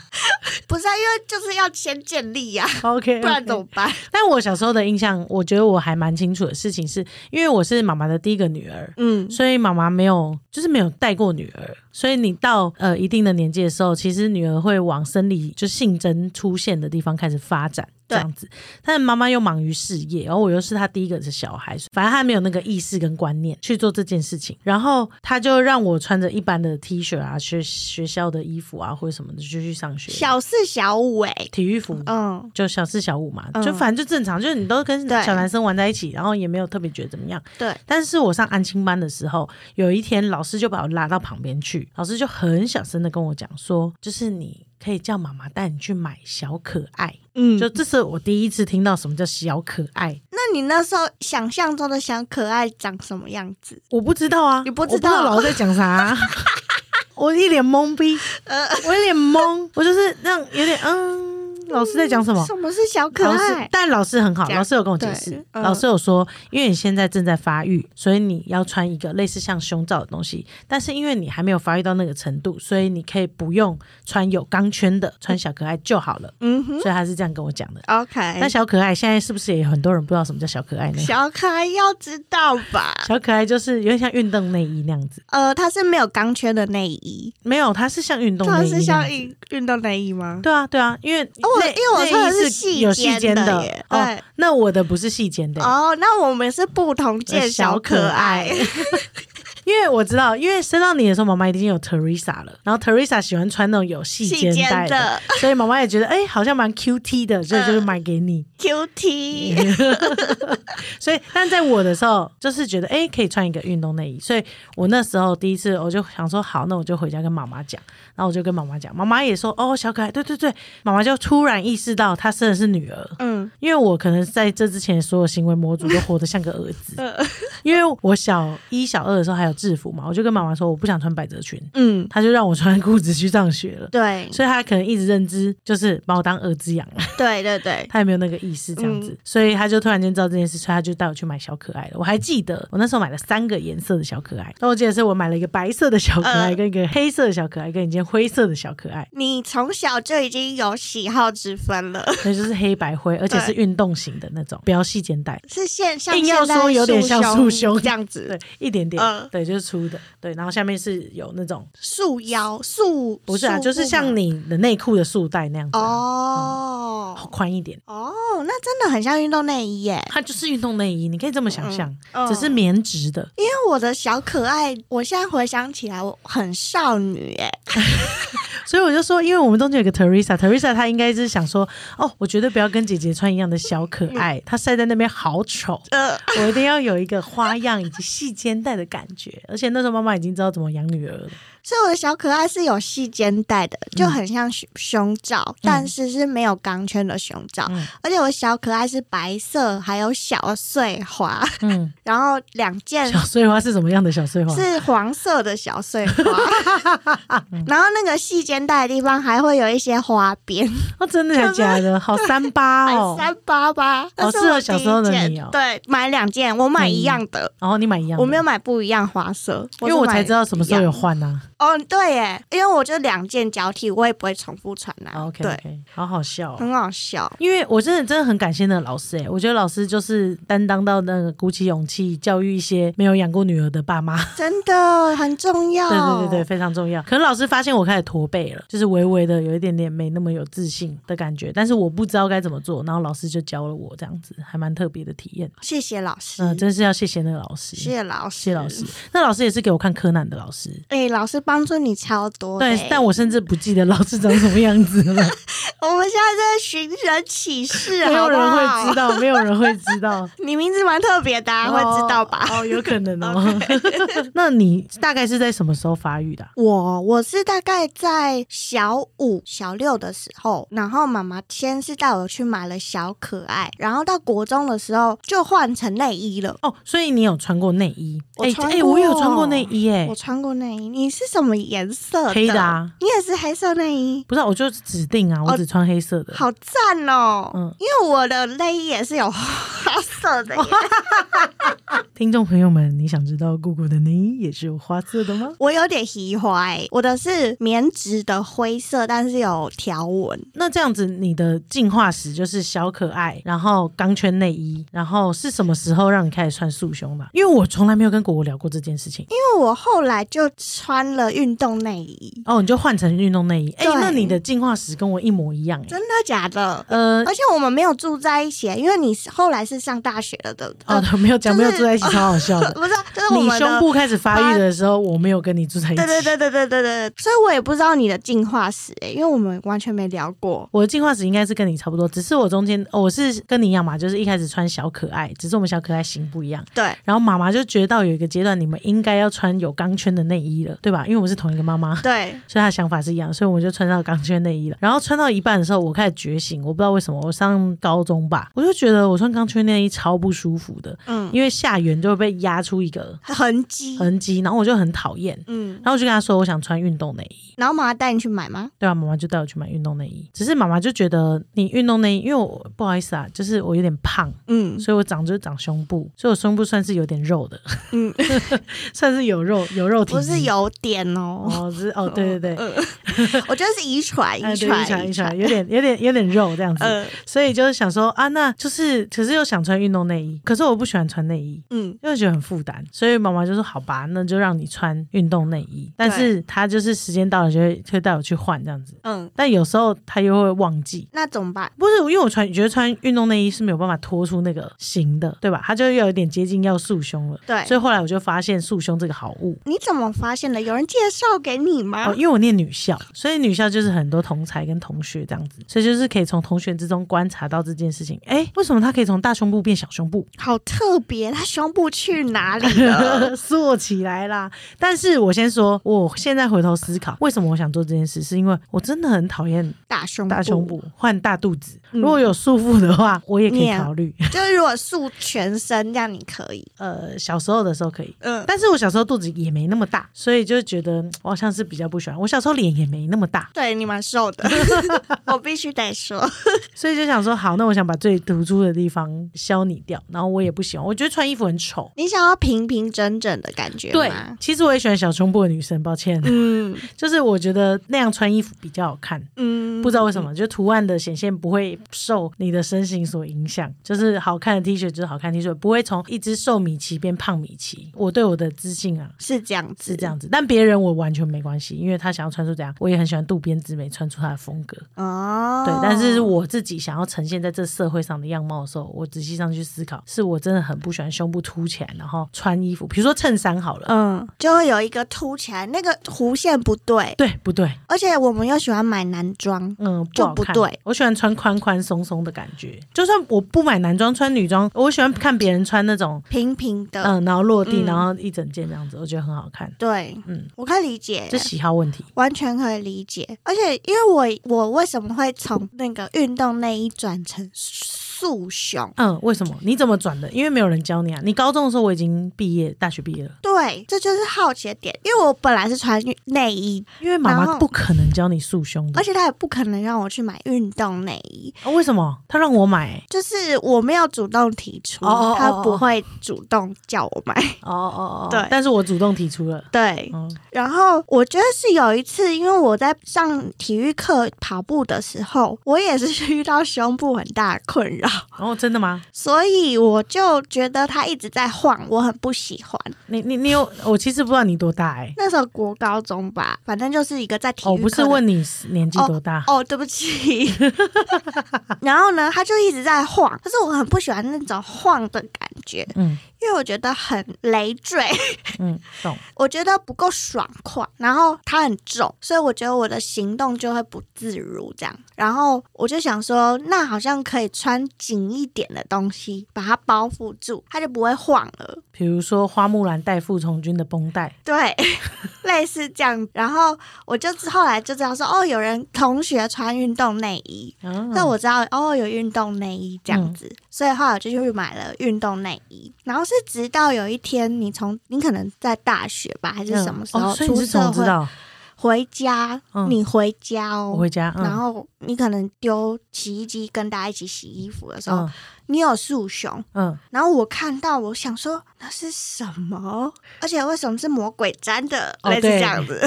[SPEAKER 2] 不是、啊，因为就是要先建立呀、
[SPEAKER 1] OK，
[SPEAKER 2] 不然怎么办？
[SPEAKER 1] 但我小时候的印象，我觉得我还蛮清楚的事情是，因为我是妈妈的第一个女儿，
[SPEAKER 2] 嗯，
[SPEAKER 1] 所以妈妈没有就是没有带过女儿，所以你到呃一定的年纪的时候，其实女儿会往生理就性征出现的地方开始发展。这
[SPEAKER 2] 对
[SPEAKER 1] 样子，但是妈妈又忙于事业，然后我又是她第一个是小孩，反正她没有那个意识跟观念去做这件事情。然后她就让我穿着一般的 T 恤啊，学学校的衣服啊或者什么的就去上学，
[SPEAKER 2] 小四小五哎、
[SPEAKER 1] 体育服，
[SPEAKER 2] 嗯，
[SPEAKER 1] 就小四小五嘛，
[SPEAKER 2] 嗯
[SPEAKER 1] 就反正就正常，就是你都跟
[SPEAKER 2] 对
[SPEAKER 1] 小男生玩在一起，然后也没有特别觉得怎么样。
[SPEAKER 2] 对，
[SPEAKER 1] 但是我上安亲班的时候，有一天老师就把我拉到旁边去，老师就很小声的跟我讲说，就是你可以叫妈妈带你去买小可爱。
[SPEAKER 2] 嗯，
[SPEAKER 1] 就这是我第一次听到什么叫小可爱，
[SPEAKER 2] 那你那时候想象中的小可爱长什么样子？
[SPEAKER 1] 我不知道啊，
[SPEAKER 2] 你
[SPEAKER 1] 我
[SPEAKER 2] 不
[SPEAKER 1] 不
[SPEAKER 2] 知
[SPEAKER 1] 知道
[SPEAKER 2] 道
[SPEAKER 1] 老师在讲啥啊、 我一脸懵逼，
[SPEAKER 2] 呃
[SPEAKER 1] 我一脸懵，我就是那样有点嗯，老师在讲什么？
[SPEAKER 2] 什么是小可
[SPEAKER 1] 老师
[SPEAKER 2] 爱，？
[SPEAKER 1] 但老师很好，
[SPEAKER 2] 这样
[SPEAKER 1] 老师有跟我解
[SPEAKER 2] 对
[SPEAKER 1] 释，
[SPEAKER 2] 嗯
[SPEAKER 1] 老师有说，因为你现在正在发育，所以你要穿一个类似像胸罩的东西，但是因为你还没有发育到那个程度，所以你可以不用穿有钢圈的，穿小可爱就好了。
[SPEAKER 2] 嗯哼
[SPEAKER 1] 所以他是这样跟我讲的。
[SPEAKER 2] ，OK。
[SPEAKER 1] 但小可爱现在是不是也有很多人不知道什么叫小可爱呢？
[SPEAKER 2] 小可爱要知道吧？
[SPEAKER 1] 小可爱就是有点像运动内衣那样子，
[SPEAKER 2] 呃，它是没有钢圈的内衣，
[SPEAKER 1] 没有，它是像运动
[SPEAKER 2] 它
[SPEAKER 1] 内衣那
[SPEAKER 2] 是
[SPEAKER 1] 样
[SPEAKER 2] 像
[SPEAKER 1] 子。
[SPEAKER 2] 运运动内衣吗？
[SPEAKER 1] 对啊，对啊，因为
[SPEAKER 2] 哦我
[SPEAKER 1] 内
[SPEAKER 2] 因为我穿的
[SPEAKER 1] 内衣是
[SPEAKER 2] 是细
[SPEAKER 1] 有细
[SPEAKER 2] 肩
[SPEAKER 1] 肩
[SPEAKER 2] 的
[SPEAKER 1] 的
[SPEAKER 2] 耶哎
[SPEAKER 1] 哦
[SPEAKER 2] 对，
[SPEAKER 1] 那我的不是细肩的，
[SPEAKER 2] 哦，那我们是不同
[SPEAKER 1] 呃
[SPEAKER 2] 界小可爱，
[SPEAKER 1] 小 因为我知道，因为生到你的时候，妈妈已经有 Teresa 了，然后 Teresa 喜欢穿那种有细肩带
[SPEAKER 2] 细肩的，嗯
[SPEAKER 1] 所以妈妈也觉得哎、好像蛮 QT 的，所以就是买给你。
[SPEAKER 2] Q T，
[SPEAKER 1] 所以，但在我的时候，就是觉得哎、可以穿一个运动内衣，所以我那时候第一次我就想说，好，那我就回家跟妈妈讲，然后我就跟妈妈讲，妈妈也说哦，小可爱，对对对，妈妈就突然意识到她生的是女儿，
[SPEAKER 2] 嗯，
[SPEAKER 1] 因为我可能在这之前所有行为模组都活得像个儿子，
[SPEAKER 2] 嗯
[SPEAKER 1] 因为我小一、小二的时候还有制服嘛，我就跟妈妈说我不想穿百褶裙，
[SPEAKER 2] 嗯，
[SPEAKER 1] 她就让我穿裤子去上学了。
[SPEAKER 2] 对，
[SPEAKER 1] 所以她可能一直认知就是把我当儿子养了，
[SPEAKER 2] 对对对，
[SPEAKER 1] 她也没有那个意识这样子，所以她就突然间知道这件事，所以她就带我去买小可爱了。我还记得我那时候买了三个颜色的小可爱，那我记得是我买了一个白色的小可爱，
[SPEAKER 2] 嗯
[SPEAKER 1] 跟一个黑色的小可爱，跟一件灰色的小可爱，
[SPEAKER 2] 你从小就已经有喜好之 分了，
[SPEAKER 1] 所以就是黑白灰，而且是运动型的那种，不要细肩带。
[SPEAKER 2] 是现像
[SPEAKER 1] 硬要
[SPEAKER 2] 现在
[SPEAKER 1] 说有点像束
[SPEAKER 2] 束
[SPEAKER 1] 胸
[SPEAKER 2] 这样
[SPEAKER 1] 对
[SPEAKER 2] 子，，
[SPEAKER 1] 一点点，
[SPEAKER 2] 嗯
[SPEAKER 1] 对，就是粗的，对，然后下面是有那种
[SPEAKER 2] 束腰束
[SPEAKER 1] 不是啊，
[SPEAKER 2] 束
[SPEAKER 1] 就是
[SPEAKER 2] 腹
[SPEAKER 1] 像
[SPEAKER 2] 吗
[SPEAKER 1] 你的内裤的束带那样子啊，
[SPEAKER 2] 哦
[SPEAKER 1] 宽一点，
[SPEAKER 2] 哦，那真的很像运动内衣耶。
[SPEAKER 1] 它就是运动内衣，你可以这么想象，
[SPEAKER 2] 嗯
[SPEAKER 1] 只是棉质的，
[SPEAKER 2] 因为我的小可爱，我现在回想起来，我很少女哎，
[SPEAKER 1] 所以我就说，因为我们中间有个 Teresa，Teresa 她应该是想说，哦，我绝对不要跟姐姐穿一样的小可爱，她晒在那边好丑，
[SPEAKER 2] 呃，
[SPEAKER 1] 我一定要有一个花样以及细肩带的感觉。而且那时候妈妈已经知道怎么养女儿了，
[SPEAKER 2] 所以我的小可爱是有细肩带的，
[SPEAKER 1] 嗯
[SPEAKER 2] 就很像胸胸罩，但是是没有钢圈的胸罩。
[SPEAKER 1] 嗯
[SPEAKER 2] 而且我的小可爱是白色，还有小碎花，
[SPEAKER 1] 嗯，
[SPEAKER 2] 然后两件
[SPEAKER 1] 小碎花是什么样的小碎花？
[SPEAKER 2] 哎是黄色的小 碎花，
[SPEAKER 1] 嗯
[SPEAKER 2] 然后那个细肩带的地方还会有一些花边，
[SPEAKER 1] 哦，真的还假 的？好三八
[SPEAKER 2] 很
[SPEAKER 1] 哦，
[SPEAKER 2] 三八八，那是
[SPEAKER 1] 适合
[SPEAKER 2] 我
[SPEAKER 1] 小
[SPEAKER 2] 第一
[SPEAKER 1] 时候的
[SPEAKER 2] 件
[SPEAKER 1] 你哦
[SPEAKER 2] 对，买两件，我买一样的。
[SPEAKER 1] 然后你买一样的，
[SPEAKER 2] 我没有买不一样花色，
[SPEAKER 1] 因为我
[SPEAKER 2] 是买
[SPEAKER 1] 才知道什么时候
[SPEAKER 2] 一
[SPEAKER 1] 有
[SPEAKER 2] 样
[SPEAKER 1] 换啊呐、
[SPEAKER 2] 哦，对耶，因为我就两件交替，我也不会重复穿啦、
[SPEAKER 1] 啊。OK
[SPEAKER 2] 对，
[SPEAKER 1] OK，好好笑、哦。
[SPEAKER 2] 很好笑。
[SPEAKER 1] 因为我真的真的很感谢那个老师哎、我觉得老师就是担当到那个鼓起勇气教育一些没有养过女儿的爸妈，
[SPEAKER 2] 真的很重 要。
[SPEAKER 1] 对对对对，，非常重要。可是老师发现我开始驼背了，就是微微的有一点点没那么有自信的感觉，但是我不知道该怎么做，然后老师就教了我这样子，还蛮特别的体验。
[SPEAKER 2] 谢谢老师，
[SPEAKER 1] 嗯、真是要谢谢那个老师，
[SPEAKER 2] 谢谢老师，
[SPEAKER 1] 谢谢老师。。那老师也是给我看柯南的老师，
[SPEAKER 2] 哎、老师帮助你超多的欸、
[SPEAKER 1] 对，但我甚至不记得老师长什么样子了。
[SPEAKER 2] 我们现在在寻人启事，
[SPEAKER 1] 没有
[SPEAKER 2] 好不
[SPEAKER 1] 人
[SPEAKER 2] 好？
[SPEAKER 1] 会知道，没有人会知道，
[SPEAKER 2] 你名字蛮特别的、啊，会知道吧？
[SPEAKER 1] 哦，哦有可能 哦。 那你大概是在什么时候发育的啊、
[SPEAKER 2] 我我是大概在小五、小六的时候，然后妈妈先是带我去买了小可爱，然后到国中的时候就换成内衣了。
[SPEAKER 1] 哦，所以你有穿过内衣？
[SPEAKER 2] 我
[SPEAKER 1] 哎
[SPEAKER 2] 穿
[SPEAKER 1] 哎，
[SPEAKER 2] 过
[SPEAKER 1] 我有穿过内衣哎
[SPEAKER 2] 我，穿过内衣，你是什么颜色的？
[SPEAKER 1] 黑的啊。
[SPEAKER 2] 你也是黑色内衣，
[SPEAKER 1] 不是，我就是指定啊，我只穿黑色的。
[SPEAKER 2] 哦好赞哦！
[SPEAKER 1] 嗯
[SPEAKER 2] 因为我的内衣也是有花色 的耶，
[SPEAKER 1] 听众朋友们，你想知道姑姑的内衣也是有花色的 吗？
[SPEAKER 2] 我有点喜欢耶。我的是棉质的灰色，但是有条纹。
[SPEAKER 1] 那这样子，你的进化史就是小可爱，然后钢圈内衣，然后是什么时候让你开始穿束胸的啊？因为我从来没有跟果果聊过这件事情。
[SPEAKER 2] 因为我后来就穿了运动内衣，
[SPEAKER 1] 哦，你就换成运动内衣。哎、
[SPEAKER 2] 对
[SPEAKER 1] 那你的进化史跟我一模一样哎、
[SPEAKER 2] 真的假的？
[SPEAKER 1] 呃，
[SPEAKER 2] 而且我们没有住在一起，因为你是后来是上大学了的，
[SPEAKER 1] 哦
[SPEAKER 2] 呃，
[SPEAKER 1] 没有讲，
[SPEAKER 2] 就是
[SPEAKER 1] 没有住在一起，超好笑 的。
[SPEAKER 2] 不是，啊就是我
[SPEAKER 1] 你
[SPEAKER 2] 们
[SPEAKER 1] 胸
[SPEAKER 2] 的。
[SPEAKER 1] 部开始发育的时候，我没有跟你住在一起。
[SPEAKER 2] 对对，对对对对对，所以我也不知道你的进化史、欸，因为我们完全没聊过。
[SPEAKER 1] 我的进化史应该是跟你差不多，只是我中间、哦我是跟你一样嘛，就是一开始穿小可爱，只是我们小可爱型不一样。
[SPEAKER 2] 对，
[SPEAKER 1] 然后妈妈就觉得到有一个阶段，你们应该要穿有钢圈的内衣了，对吧？因为我们是同一个妈妈。
[SPEAKER 2] 对，
[SPEAKER 1] 所以她的想法是一样，所以我就穿上钢圈内衣了。然后穿到一半的时候，我开始觉醒，我不知道为什么，我上高中吧，我就觉得我穿钢圈内衣超不舒服的，
[SPEAKER 2] 嗯，
[SPEAKER 1] 因为下缘就会被压出一个
[SPEAKER 2] 痕迹，
[SPEAKER 1] 痕迹，然后我就很讨厌。
[SPEAKER 2] 嗯，
[SPEAKER 1] 然后我就跟她说，我想穿运动内衣。
[SPEAKER 2] 然后妈妈带你去买吗？
[SPEAKER 1] 对啊，妈妈就带我去买运动内衣。只是妈妈就觉得你运动内衣，因为我不好意思啊，就是我有点胖，
[SPEAKER 2] 嗯
[SPEAKER 1] 所以我长就是长胸部，所以我胸部算是有点肉的，
[SPEAKER 2] 嗯，
[SPEAKER 1] 算是有肉有肉体。
[SPEAKER 2] 不是。有点 哦，
[SPEAKER 1] 哦，是哦，对对对，
[SPEAKER 2] 嗯，我觉得是遗传，
[SPEAKER 1] 哎
[SPEAKER 2] 遗
[SPEAKER 1] 对
[SPEAKER 2] 传，
[SPEAKER 1] 一传，有点有点有点肉这样子，
[SPEAKER 2] 呃，
[SPEAKER 1] 所以就是想说啊，那就是可是又想穿运动内衣，可是我不喜欢穿内衣，
[SPEAKER 2] 嗯，
[SPEAKER 1] 因为觉得很负担，所以妈妈就说好吧，那就让你穿运动内衣。但是她就是时间到了就会会带我去换这样子，
[SPEAKER 2] 嗯，
[SPEAKER 1] 但有时候她又会忘记。
[SPEAKER 2] 那怎么办？
[SPEAKER 1] 不是，因为我穿觉得穿运动内衣是没有办法脱出那个型的，对吧？它就要有点接近要束胸了。
[SPEAKER 2] 对
[SPEAKER 1] 所以后来我就发现束胸这个好物。
[SPEAKER 2] 你怎么发现的？有人介绍给你吗
[SPEAKER 1] 哦，？因为我念女校，所以女校就是很多同才跟同学这样子，所以就是可以从同学之中观察到这件事情。哎，为什么她可以从大胸部变小胸部？
[SPEAKER 2] 好特别，他胸部去哪里 了？
[SPEAKER 1] 做起来啦！呃但是我先说，我现在回头思考，为什么我想做这件事，是因为我真的很讨厌
[SPEAKER 2] 大胸部，
[SPEAKER 1] 大胸，部换大肚子。
[SPEAKER 2] 嗯
[SPEAKER 1] 如果有束缚的话，我也可
[SPEAKER 2] 你
[SPEAKER 1] 以
[SPEAKER 2] 也
[SPEAKER 1] 考虑。
[SPEAKER 2] 就是如果束全身这样，你可以，
[SPEAKER 1] 呃，小时候的时候可以。
[SPEAKER 2] 嗯，
[SPEAKER 1] 但是我小时候肚子也没那么大，所以就觉得嗯我好像是比较不喜欢。我小时候脸也没那么大，
[SPEAKER 2] 对你蛮瘦 的，我必须得说，
[SPEAKER 1] 所以就想说，好，那我想把最突出的地方消弭掉。然后我也不喜欢，我觉得穿衣服很丑。
[SPEAKER 2] 你想要平平整整的感觉
[SPEAKER 1] 对
[SPEAKER 2] 吗，？
[SPEAKER 1] 其实我也喜欢小胸部的女生，抱歉，
[SPEAKER 2] 嗯
[SPEAKER 1] 就是我觉得那样穿衣服比较好看。
[SPEAKER 2] 嗯，
[SPEAKER 1] 不知道为什么，就图案的显现不会受你的身形所影响，就是好看的 T 恤就是好看的 T 恤，不会从一只瘦米奇变胖米奇。我对我的自信啊
[SPEAKER 2] 是这样子，
[SPEAKER 1] 是这样子，但别人我完全没关系，因为他想要穿出怎样，我也很喜欢渡边直美穿出她的风格。
[SPEAKER 2] 哦，
[SPEAKER 1] 对，但是我自己想要呈现在这社会上的样貌的时候，我仔细上去思考，是我真的很不喜欢胸部凸起来，然后穿衣服，比如说衬衫好了，
[SPEAKER 2] 嗯，就会有一个凸起来，那个弧线不对，
[SPEAKER 1] 对不对？
[SPEAKER 2] 而且我们又喜欢买男装，
[SPEAKER 1] 嗯，
[SPEAKER 2] 就
[SPEAKER 1] 好看
[SPEAKER 2] 不对。
[SPEAKER 1] 我喜欢穿宽宽松松的感觉，就算我不买男装，穿女装，我喜欢看别人穿那种，
[SPEAKER 2] 平平的，
[SPEAKER 1] 嗯，然后落地，
[SPEAKER 2] 嗯
[SPEAKER 1] 然后一整件这样子，我觉得很好看。
[SPEAKER 2] 对，
[SPEAKER 1] 嗯，
[SPEAKER 2] 我可以理解
[SPEAKER 1] 这。喜好问题，
[SPEAKER 2] 完全可以理解，而且因为我我为什么会从那个运动内衣转成束胸？
[SPEAKER 1] 嗯，为什么？你怎么转的？因为没有人教你啊。你高中的时候我已经毕业，大学毕业了，
[SPEAKER 2] 对，这就是好奇的点，因为我本来是穿内衣，
[SPEAKER 1] 因为妈
[SPEAKER 2] 然
[SPEAKER 1] 妈
[SPEAKER 2] 后哎
[SPEAKER 1] 不可能教你束胸的
[SPEAKER 2] 而。且她也不可能让我去买运动内衣，
[SPEAKER 1] 啊为什么？她让我买、欸
[SPEAKER 2] 就是我没有主动提出，
[SPEAKER 1] 哦哦哦
[SPEAKER 2] 她不会主动叫我 买。
[SPEAKER 1] 哦哦哦，
[SPEAKER 2] 对
[SPEAKER 1] 但是我主动提出了。
[SPEAKER 2] 对，
[SPEAKER 1] 嗯
[SPEAKER 2] 然后我觉得是有一次，因为我在上体育课跑步的时候，我也是遇到胸部很大的困扰，
[SPEAKER 1] 哦，真的吗？
[SPEAKER 2] 所以我就觉得它一直在晃，我很不喜欢。
[SPEAKER 1] 你你你有？我其实不知道你多大哎、
[SPEAKER 2] 那时候国高中吧，反正就是一个在体育课
[SPEAKER 1] 哦，
[SPEAKER 2] 的、
[SPEAKER 1] 不是问你年纪多大，
[SPEAKER 2] 哦，对不起。 然后呢，它就一直在晃，可是我很不喜欢那种晃的感觉，
[SPEAKER 1] 嗯
[SPEAKER 2] 因为我觉得很累赘。
[SPEAKER 1] 嗯，懂。
[SPEAKER 2] 我觉得不够爽快，然后它很重，所以我觉得我的行动就会不自如这样。然后我就想说，那好像可以穿紧一点的东西把它包覆住，它就不会晃了。
[SPEAKER 1] 比如说花木兰代父从军的绷带，
[SPEAKER 2] 对， 类似这样。然后我就后来就知道说，哦，有人同学穿运动内衣，
[SPEAKER 1] 嗯
[SPEAKER 2] 那、我知道哦，有运动内衣这样子，所以后来我就去买了运动内衣。然后是直到有一天，你从你可能在大学吧，还是什么时候
[SPEAKER 1] 哦、所以你
[SPEAKER 2] 出
[SPEAKER 1] 是
[SPEAKER 2] 社
[SPEAKER 1] 怎么
[SPEAKER 2] 会哦
[SPEAKER 1] 知道？
[SPEAKER 2] 回家，
[SPEAKER 1] 嗯
[SPEAKER 2] 你回家
[SPEAKER 1] 我
[SPEAKER 2] 哦。
[SPEAKER 1] 回家，嗯、
[SPEAKER 2] 然后你可能丢洗衣机跟大家一起洗衣服的时候，
[SPEAKER 1] 嗯
[SPEAKER 2] 你有束胸，
[SPEAKER 1] 嗯，
[SPEAKER 2] 然后我看到，我想说那是什么？而且为什么是魔鬼粘的？
[SPEAKER 1] 哦
[SPEAKER 2] 类似
[SPEAKER 1] 对
[SPEAKER 2] 这样子，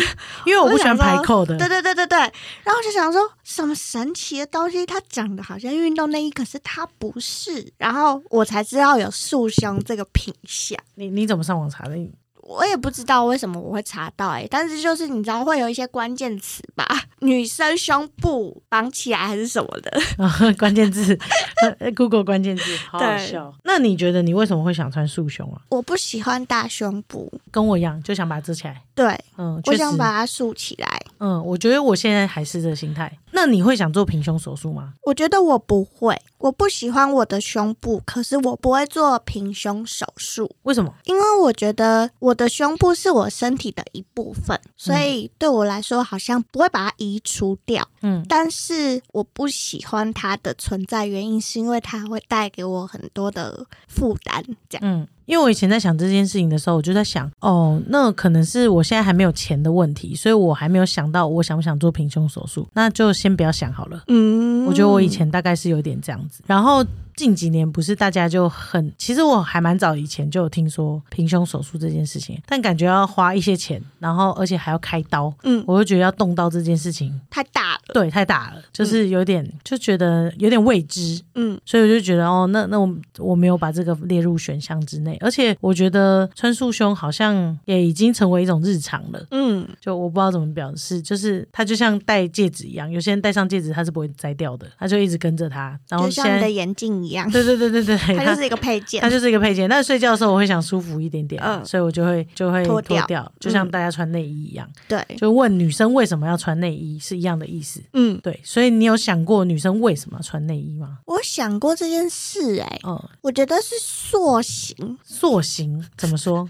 [SPEAKER 1] 因为我不喜欢
[SPEAKER 2] 我想
[SPEAKER 1] 排
[SPEAKER 2] 说
[SPEAKER 1] 扣的，
[SPEAKER 2] 对对对对对。然后我就想说，什么神奇的东西？它长得好像运动内衣，可是它不是。然后我才知道有束胸这个品相。
[SPEAKER 1] 你你怎么上网查的？你
[SPEAKER 2] 我也不知道为什么我会查到哎、欸但是就是你知道会有一些关键词吧，女生胸部绑起来还是什么的，
[SPEAKER 1] 关键字 呃 Google 关键字，好好
[SPEAKER 2] 对
[SPEAKER 1] 笑。那你觉得你为什么会想穿束胸啊？
[SPEAKER 2] 我不喜欢大胸部，
[SPEAKER 1] 跟我一样，就想把它遮起来。
[SPEAKER 2] 对
[SPEAKER 1] 嗯，
[SPEAKER 2] 我
[SPEAKER 1] 确
[SPEAKER 2] 想
[SPEAKER 1] 实
[SPEAKER 2] 把它竖起来。
[SPEAKER 1] 嗯，我觉得我现在还是这个心态。那你会想做平胸手术吗？
[SPEAKER 2] 我觉得我不会，我不喜欢我的胸部，可是我不会做平胸手术，
[SPEAKER 1] 为什么？
[SPEAKER 2] 因为我觉得我的胸部是我身体的一部分，
[SPEAKER 1] 嗯
[SPEAKER 2] 所以对我来说好像不会把它移除掉。
[SPEAKER 1] 嗯，
[SPEAKER 2] 但是我不喜欢它的存在，原因是因为它会带给我很多的负担。这样，
[SPEAKER 1] 嗯，因为我以前在想这件事情的时候，我就在想，哦，那可能是我现在还没有钱的问题，所以我还没有想到我想不想做平胸手术，那就先不要想好了。
[SPEAKER 2] 嗯
[SPEAKER 1] 我觉得我以前大概是有点这样子，然后近几年不是大家就很，其实我还蛮早以前就有听说平胸手术这件事情，但感觉要花一些钱，然后而且还要开刀，
[SPEAKER 2] 嗯
[SPEAKER 1] 我就觉得要动刀这件事情，
[SPEAKER 2] 太大了，
[SPEAKER 1] 对，太大了，就是有点、就觉得有点未知，
[SPEAKER 2] 嗯
[SPEAKER 1] 所以我就觉得哦，那那我我没有把这个列入选项之内，而且我觉得穿束胸好像也已经成为一种日常了。
[SPEAKER 2] 嗯，
[SPEAKER 1] 就我不知道怎么表示，就是它就像戴戒指一样，有些人戴上戒指他是不会摘掉的，他就一直跟着他。然后
[SPEAKER 2] 就
[SPEAKER 1] 现
[SPEAKER 2] 像你的
[SPEAKER 1] 在，
[SPEAKER 2] 眼镜一样，
[SPEAKER 1] 对对对对对，
[SPEAKER 2] 它
[SPEAKER 1] 它
[SPEAKER 2] 就是一个配件
[SPEAKER 1] 它。就是一个配件。但是睡觉的时候我会想舒服一点点，啊
[SPEAKER 2] 嗯
[SPEAKER 1] 所以我就会就会脱
[SPEAKER 2] 脱
[SPEAKER 1] 掉，
[SPEAKER 2] 掉嗯
[SPEAKER 1] 就像大家穿内衣一样，
[SPEAKER 2] 对，
[SPEAKER 1] 就问女生为什么要穿内衣是一样的意思。
[SPEAKER 2] 嗯，
[SPEAKER 1] 对，所以你有想过女生为什么要穿内衣吗？
[SPEAKER 2] 我想过这件事、欸，哎，
[SPEAKER 1] 嗯，
[SPEAKER 2] 我觉得是塑形，
[SPEAKER 1] 塑形怎么说？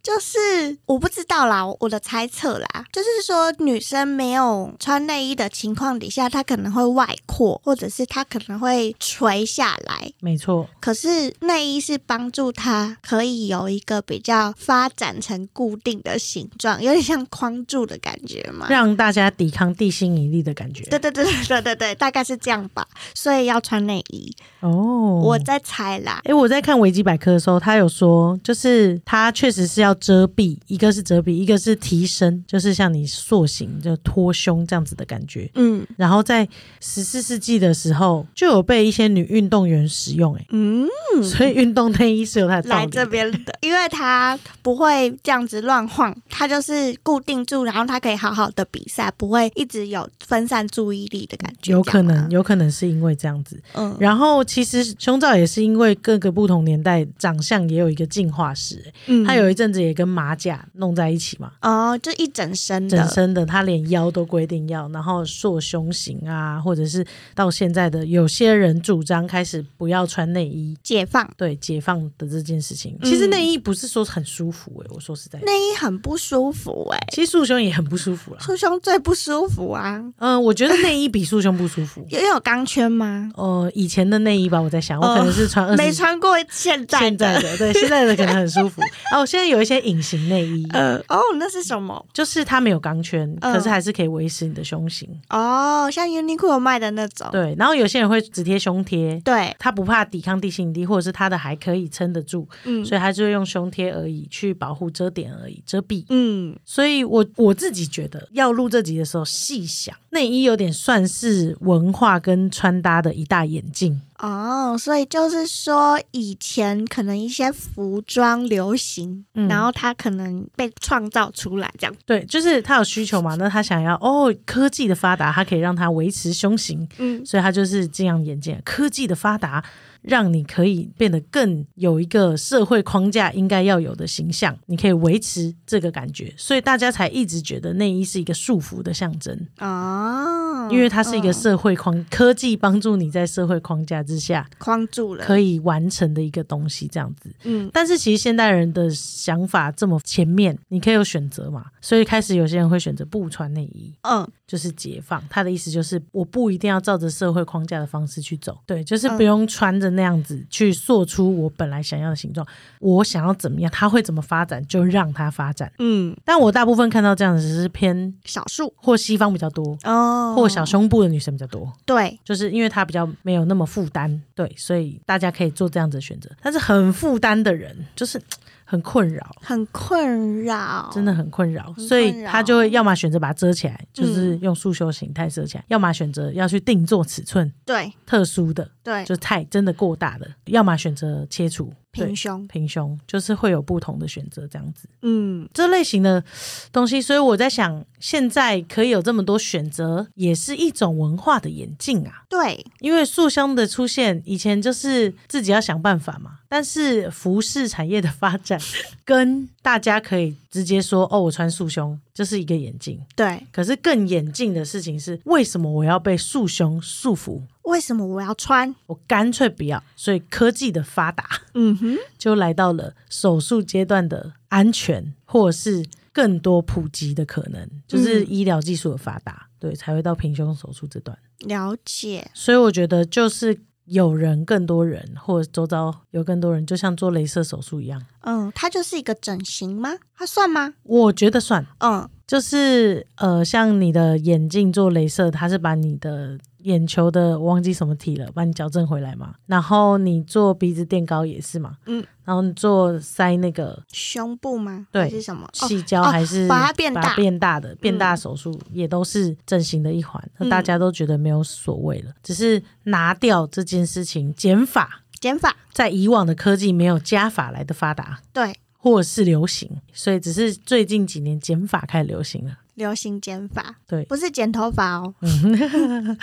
[SPEAKER 2] 就是我不知道啦，我的猜测啦，就是说女生没有穿内衣的情况底下，她可能会外扩，或者是她可能会垂下来，
[SPEAKER 1] 没 错，
[SPEAKER 2] 可是内衣是帮助它可以有一个比较发展成固定的形状，有点像框住的感觉嘛。
[SPEAKER 1] 让大家抵抗地心引力的感觉。
[SPEAKER 2] 对对对对对对对，大概是这样吧。所以要穿内衣，
[SPEAKER 1] 哦，哎
[SPEAKER 2] 我在猜啦。
[SPEAKER 1] 诶，我在看维基百科的时候，他有说，就是它确实是要遮蔽，一个是遮蔽，一个是提升，就是像你塑形就托胸这样子的感觉。
[SPEAKER 2] 嗯
[SPEAKER 1] 然后在十四世纪的时候，就有被一些女运动员使用、欸，
[SPEAKER 2] 嗯，
[SPEAKER 1] 所以运动内衣是有它的道
[SPEAKER 2] 来
[SPEAKER 1] 理
[SPEAKER 2] 这
[SPEAKER 1] 的。
[SPEAKER 2] 边的，因为它不会这样子乱晃，它就是固定住，然后它可以好好的比赛，不会一直有分散注意力的感觉。
[SPEAKER 1] 有可能，
[SPEAKER 2] 这样吗，
[SPEAKER 1] 有可能是因为这样子。
[SPEAKER 2] 嗯，
[SPEAKER 1] 然后其实胸罩也是因为各个不同年代长相也有一个进化史、欸
[SPEAKER 2] 嗯
[SPEAKER 1] 它有一阵子也跟马甲弄在一起嘛，
[SPEAKER 2] 哦，就一整身的，
[SPEAKER 1] 整身的，他连腰都规定要，然后塑胸型啊，或者是到现在的有些人主张开始不要穿内衣，
[SPEAKER 2] 解放。
[SPEAKER 1] 对解放的这件事情，其实
[SPEAKER 2] 嗯
[SPEAKER 1] 内衣不是说很舒服诶、我说实在的，
[SPEAKER 2] 内衣很不舒服哎、
[SPEAKER 1] 其实束胸也很不舒服啦。
[SPEAKER 2] 束胸最不舒服啊！
[SPEAKER 1] 嗯、我觉得内衣比束胸不舒
[SPEAKER 2] 。
[SPEAKER 1] 服
[SPEAKER 2] 有有钢圈吗？
[SPEAKER 1] 呃，以前的内衣吧，我在想，我可能是穿二
[SPEAKER 2] 没
[SPEAKER 1] 十、
[SPEAKER 2] 穿过现在
[SPEAKER 1] 现在
[SPEAKER 2] 的，
[SPEAKER 1] 的， 对现在的可能很舒服。哦，现在有一些隐形内衣，
[SPEAKER 2] 呃，哦，那是什么？
[SPEAKER 1] 就是它没有钢圈，
[SPEAKER 2] 嗯
[SPEAKER 1] 可是还是可以维持你的胸型。
[SPEAKER 2] 哦，像 Uniqlo 卖的那种，
[SPEAKER 1] 对，然后有些人会只贴胸贴，
[SPEAKER 2] 对，
[SPEAKER 1] 他不怕抵抗地心引力，或者是他的还可以撑得住，
[SPEAKER 2] 嗯
[SPEAKER 1] 所以他就会用胸贴而已去保护遮点而已，遮蔽。
[SPEAKER 2] 嗯，
[SPEAKER 1] 所以我我自己觉得，要录这集的时候细想，内衣有点算是文化跟穿搭的一大眼镜。
[SPEAKER 2] 哦，所以就是说，以前可能一些服装流行，
[SPEAKER 1] 嗯
[SPEAKER 2] 然后它可能被创造出来这样。
[SPEAKER 1] 对，就是他有需求嘛，那他想要哦，科技的发达，它可以让他维持胸型，
[SPEAKER 2] 嗯
[SPEAKER 1] 所以他就是这样眼镜。科技的发达，让你可以变得更有一个社会框架应该要有的形象，你可以维持这个感觉，所以大家才一直觉得内衣是一个束缚的象征，
[SPEAKER 2] 哦，
[SPEAKER 1] 因为它是一个
[SPEAKER 2] 嗯
[SPEAKER 1] 社会框，科技帮助你在社会框架之下
[SPEAKER 2] 框住了，
[SPEAKER 1] 可以完成的一个东西，这样子。
[SPEAKER 2] 嗯
[SPEAKER 1] 但是其实现代人的想法这么前面，你可以有选择嘛，所以开始有些人会选择不穿内衣，
[SPEAKER 2] 嗯
[SPEAKER 1] 就是解放。他的意思就是，我不一定要照着社会框架的方式去走，对，就是不用穿着那样子去塑出我本来想要的形状。我想要怎么样，它会怎么发展，就让它发展。
[SPEAKER 2] 嗯，
[SPEAKER 1] 但我大部分看到这样子是偏
[SPEAKER 2] 少数
[SPEAKER 1] 或西方比较多，
[SPEAKER 2] 哦，
[SPEAKER 1] 或小胸部的女生比较多。
[SPEAKER 2] 对，
[SPEAKER 1] 就是因为她比较没有那么负担，对，所以大家可以做这样子的选择。但是很负担的人，就是嘖很困扰，
[SPEAKER 2] 很困扰，
[SPEAKER 1] 真的很困扰，
[SPEAKER 2] 哦很
[SPEAKER 1] 所以
[SPEAKER 2] 困扰嗯
[SPEAKER 1] 他就会要么选择把它遮起来，就是用束修形态遮起来；要么选择要去定做尺寸
[SPEAKER 2] 对
[SPEAKER 1] 特殊的，
[SPEAKER 2] 对，
[SPEAKER 1] 就太真的过大的；要么选择切除对
[SPEAKER 2] 平胸，
[SPEAKER 1] 平胸，就是会有不同的选择这样子。
[SPEAKER 2] 嗯
[SPEAKER 1] 这类型的东西，所以我在想，现在可以有这么多选择，也是一种文化的演进啊。
[SPEAKER 2] 对，
[SPEAKER 1] 因为塑胸的出现，以前就是自己要想办法嘛。但是服饰产业的发展，跟大家可以直接说哦，我穿束胸，这是一个眼镜。
[SPEAKER 2] 对，
[SPEAKER 1] 可是更眼镜的事情是，为什么我要被束胸束缚？
[SPEAKER 2] 为什么我要穿？
[SPEAKER 1] 我干脆不要。所以科技的发达，
[SPEAKER 2] 嗯哼，
[SPEAKER 1] 就来到了手术阶段的安全，或者是更多普及的可能，就是医疗技术的发达，对，才会到平胸手术这段。
[SPEAKER 2] 了解，
[SPEAKER 1] 所以我觉得就是有人更多人，或者周遭有更多人，就像做镭射手术一样，
[SPEAKER 2] 嗯，它就是一个整形吗？它算吗？
[SPEAKER 1] 我觉得算
[SPEAKER 2] 嗯
[SPEAKER 1] 就是呃，像你的眼镜做镭射，它是把你的眼球的我忘记什么体了，把你矫正回来嘛。然后你做鼻子垫高也是嘛，
[SPEAKER 2] 嗯，
[SPEAKER 1] 然后你做塞那个
[SPEAKER 2] 胸部吗？
[SPEAKER 1] 对
[SPEAKER 2] 还是什么？哦，
[SPEAKER 1] 细胶
[SPEAKER 2] 哦
[SPEAKER 1] 还是、
[SPEAKER 2] 把它变大
[SPEAKER 1] 变大的变大手术也都是整形的一环，那
[SPEAKER 2] 嗯
[SPEAKER 1] 大家都觉得没有所谓了，只是拿掉这件事情减法。
[SPEAKER 2] 减法，
[SPEAKER 1] 在以往的科技没有加法来的发达，
[SPEAKER 2] 对，
[SPEAKER 1] 或是流行，所以只是最近几年减法开始流行了。
[SPEAKER 2] 流行减法，
[SPEAKER 1] 对
[SPEAKER 2] 不是剪头发哦， 是
[SPEAKER 1] 嗯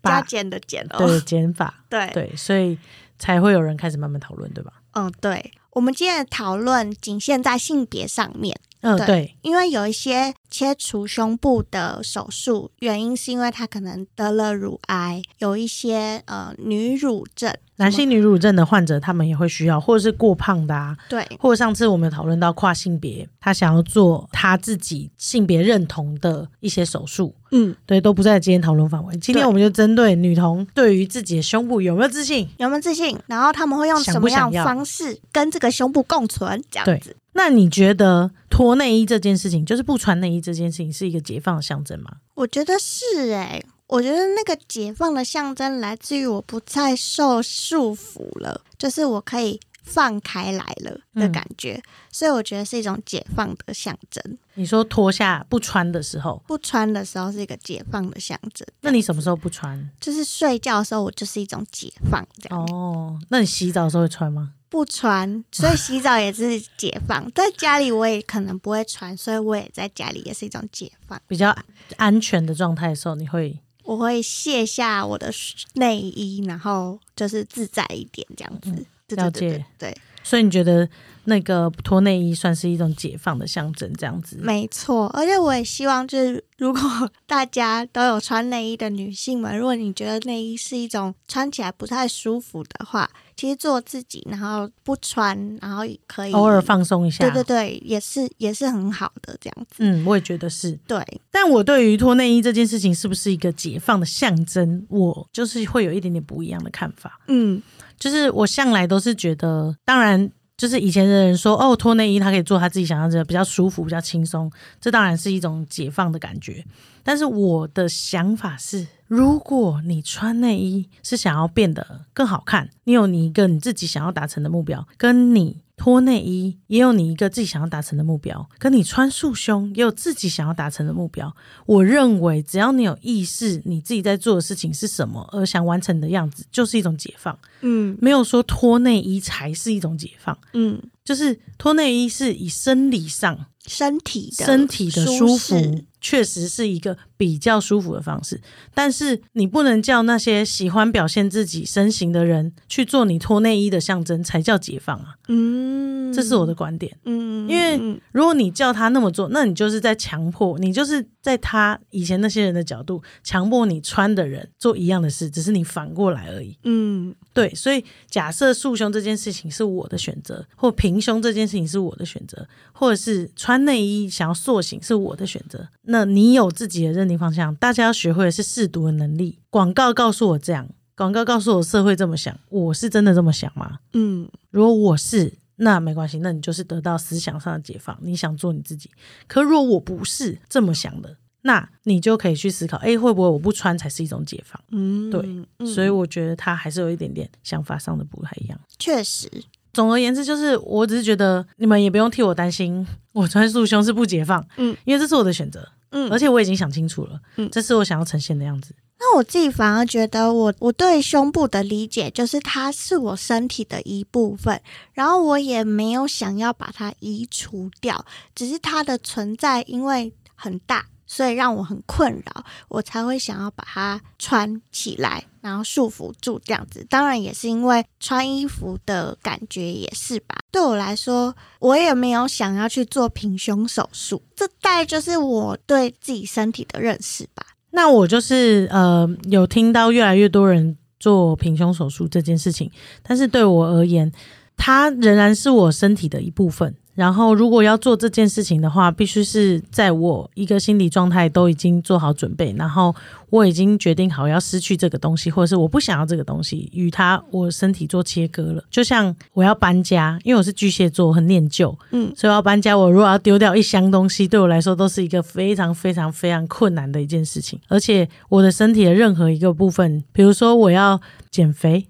[SPEAKER 1] 把
[SPEAKER 2] 加减的减哦。哎
[SPEAKER 1] 对，减法，
[SPEAKER 2] 对，
[SPEAKER 1] 对，所以才会有人开始慢慢讨论，对吧？
[SPEAKER 2] 嗯，对。我们今天的讨论仅限在性别上面，
[SPEAKER 1] 嗯，
[SPEAKER 2] 对
[SPEAKER 1] 对，
[SPEAKER 2] 因为有一些切除胸部的手术，原因是因为他可能得了乳癌，有一些呃女乳症，
[SPEAKER 1] 男性女乳症的患者他们也会需要，或者是过胖的啊，
[SPEAKER 2] 对，
[SPEAKER 1] 或者上次我们有讨论到跨性别，他想要做他自己性别认同的一些手术，
[SPEAKER 2] 嗯，
[SPEAKER 1] 对，都不在今天讨论范围。今天
[SPEAKER 2] 对
[SPEAKER 1] 我们就针对女童对于自己的胸部有没有自信，
[SPEAKER 2] 有没有自信？然后他们会用什么
[SPEAKER 1] 想
[SPEAKER 2] 样
[SPEAKER 1] 不想要
[SPEAKER 2] 的方式跟这个胸部共存？这样子，
[SPEAKER 1] 那你觉得脱内衣这件事情，就是不穿内衣这件事情，是一个解放的象征吗？
[SPEAKER 2] 我觉得是哎、我觉得那个解放的象征来自于我不再受束缚了，就是我可以放开来了的感觉，所以我觉得是一种解放的象征。
[SPEAKER 1] 你说脱下不穿的时候，
[SPEAKER 2] 不穿的时候是一个解放的象征，
[SPEAKER 1] 那你什么时候不穿？
[SPEAKER 2] 就是睡觉的时候，我就是一种解放这样。
[SPEAKER 1] 哦，那你洗澡的时候会穿吗？
[SPEAKER 2] 不穿，所以洗澡也是解放。在家里我也可能不会穿，所以我也在家里也是一种解放。
[SPEAKER 1] 比较安全的状态的时候，你会
[SPEAKER 2] 我会卸下我的内衣，然后就是自在一点这样子。对
[SPEAKER 1] 嗯
[SPEAKER 2] 对
[SPEAKER 1] 了
[SPEAKER 2] 对
[SPEAKER 1] 解
[SPEAKER 2] 对对，
[SPEAKER 1] 所以你觉得那个脱内衣算是一种解放的象征，这样子？
[SPEAKER 2] 没错。而且我也希望，就是如果大家都有穿内衣的女性们，如果你觉得内衣是一种穿起来不太舒服的话，其实做自己，然后不穿，然后可以
[SPEAKER 1] 偶尔。放松一下。
[SPEAKER 2] 对对对，也是也是很好的这样子。
[SPEAKER 1] 嗯，我也觉得是。
[SPEAKER 2] 对，
[SPEAKER 1] 但我对于脱内衣这件事情是不是一个解放的象征，我就是会有一点点不一样的看法。
[SPEAKER 2] 嗯，
[SPEAKER 1] 就是我向来都是觉得，当然，就是以前的人说，哦，脱内衣他可以做他自己想要的，比较舒服，比较轻松，这当然是一种解放的感觉。但是我的想法是，如果你穿内衣是想要变得更好看，你有你一个你自己想要达成的目标，跟你。脱内衣也有你一个自己想要达成的目标，跟你穿束胸也有自己想要达成的目标。我认为，只要你有意识你自己在做的事情是什么，而想完成的样子，就是一种解放。
[SPEAKER 2] 嗯
[SPEAKER 1] 没有说脱内衣才是一种解放，
[SPEAKER 2] 嗯，
[SPEAKER 1] 就是脱内衣是以生理上
[SPEAKER 2] 身体的
[SPEAKER 1] 身体的舒
[SPEAKER 2] 舒
[SPEAKER 1] 服
[SPEAKER 2] 适，，
[SPEAKER 1] 确实是一个比较舒服的方式。但是你不能叫那些喜欢表现自己身形的人去做你脱内衣的象征，才叫解放啊！
[SPEAKER 2] 嗯，
[SPEAKER 1] 这是我的观点。
[SPEAKER 2] 嗯，嗯，
[SPEAKER 1] 因为
[SPEAKER 2] 嗯
[SPEAKER 1] 如果你叫他那么做，那你就是在强迫，你就是在他以前那些人的角度强迫你穿的人做一样的事，只是你反过来而已。
[SPEAKER 2] 嗯
[SPEAKER 1] 对，所以假设束胸这件事情是我的选择，或平胸这件事情是我的选择，或者是穿内衣想要塑形是我的选择，那你有自己的认定方向。大家要学会的是试读的能力。广告告诉我这样，广告告诉我社会这么想，我是真的这么想吗？
[SPEAKER 2] 嗯
[SPEAKER 1] 如果我是，那没关系，那你就是得到思想上的解放，你想做你自己。可如果我不是这么想的，那你就可以去思考，诶，会不会我不穿才是一种解放？
[SPEAKER 2] 嗯，
[SPEAKER 1] 对
[SPEAKER 2] 嗯，
[SPEAKER 1] 所以我觉得他还是有一点点想法上的不太一样。
[SPEAKER 2] 确实，
[SPEAKER 1] 总而言之，就是我只是觉得你们也不用替我担心，我穿束胸是不解放，
[SPEAKER 2] 嗯
[SPEAKER 1] 因为这是我的选择，
[SPEAKER 2] 嗯
[SPEAKER 1] 而且我已经想清楚了，
[SPEAKER 2] 嗯
[SPEAKER 1] 这是我想要呈现的样子。
[SPEAKER 2] 那我自己反而觉得我，我对胸部的理解就是它是我身体的一部分，然后我也没有想要把它移除掉，只是它的存在因为很大，所以让我很困扰，我才会想要把它穿起来，然后束缚住这样子。当然也是因为穿衣服的感觉也是吧。对我来说，我也没有想要去做平胸手术，这大概就是我对自己身体的认识吧。
[SPEAKER 1] 那我就是呃，有听到越来越多人做平胸手术这件事情，但是对我而言，它仍然是我身体的一部分。然后，如果要做这件事情的话，必须是在我一个心理状态都已经做好准备，然后我已经决定好要失去这个东西，或者是我不想要这个东西，与它我身体做切割了。就像我要搬家，因为我是巨蟹座，很念旧，
[SPEAKER 2] 嗯，
[SPEAKER 1] 所以我要搬家，我如果要丢掉一箱东西，对我来说都是一个非常非常非常困难的一件事情。而且我的身体的任何一个部分，比如说我要减肥，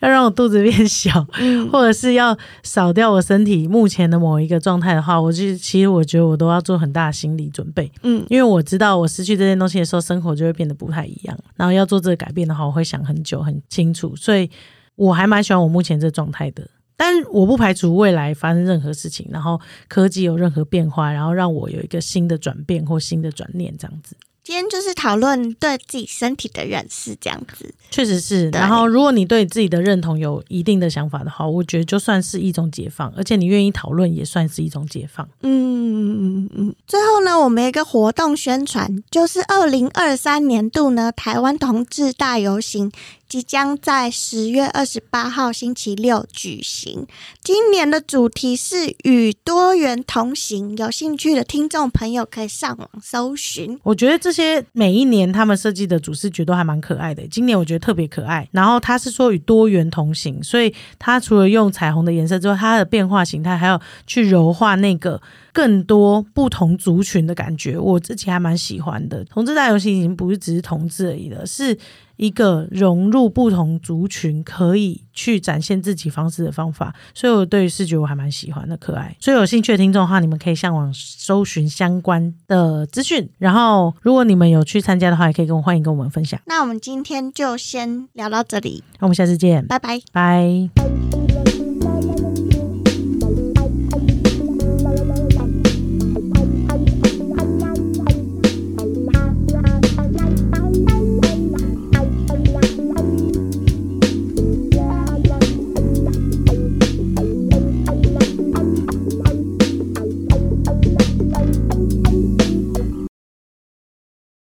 [SPEAKER 1] 要让我肚子变小，
[SPEAKER 2] 嗯
[SPEAKER 1] 或者是要少掉我身体目前的某一个状态的话，我就其实我觉得我都要做很大的心理准备，
[SPEAKER 2] 嗯
[SPEAKER 1] 因为我知道我失去这件东西的时候，生活就会变得不太一样。然后要做这个改变的话，我会想很久很清楚，所以我还蛮喜欢我目前这状态的。但我不排除未来发生任何事情，然后科技有任何变化，然后让我有一个新的转变或新的转念这样子。
[SPEAKER 2] 今天就是讨论对自己身体的认识，这样子。
[SPEAKER 1] 确实是，
[SPEAKER 2] 对
[SPEAKER 1] 然后如果你对自己的认同有一定的想法的话，我觉得就算是一种解放，而且你愿意讨论也算是一种解放。
[SPEAKER 2] 嗯嗯嗯嗯。最后呢，我们有一个活动宣传，就是二零二三年度呢台湾同志大游行即将在十月二十八号星期六举行。今年的主题是与多元同行，有兴趣的听众朋友可以上网搜寻。
[SPEAKER 1] 我觉得这些每一年他们设计的主视觉都还蛮可爱的，今年我觉得特别可爱。然后它是说与多元同行，所以它除了用彩虹的颜色之外，它的变化形态还有去柔化那个更多不同族群的感觉，我自己还蛮喜欢的。同志大游行已经不是只是同志而已了，是一个融入不同族群可以去展现自己方式的方法，所以我对于视觉我还蛮喜欢的，可爱。所以有兴趣的听众的话，你们可以上网搜寻相关的资讯，然后如果你们有去参加的话，也可以跟我欢迎跟我们分享。
[SPEAKER 2] 那我们今天就先聊到这里，
[SPEAKER 1] 那我们下次见，
[SPEAKER 2] 拜拜。
[SPEAKER 1] 拜。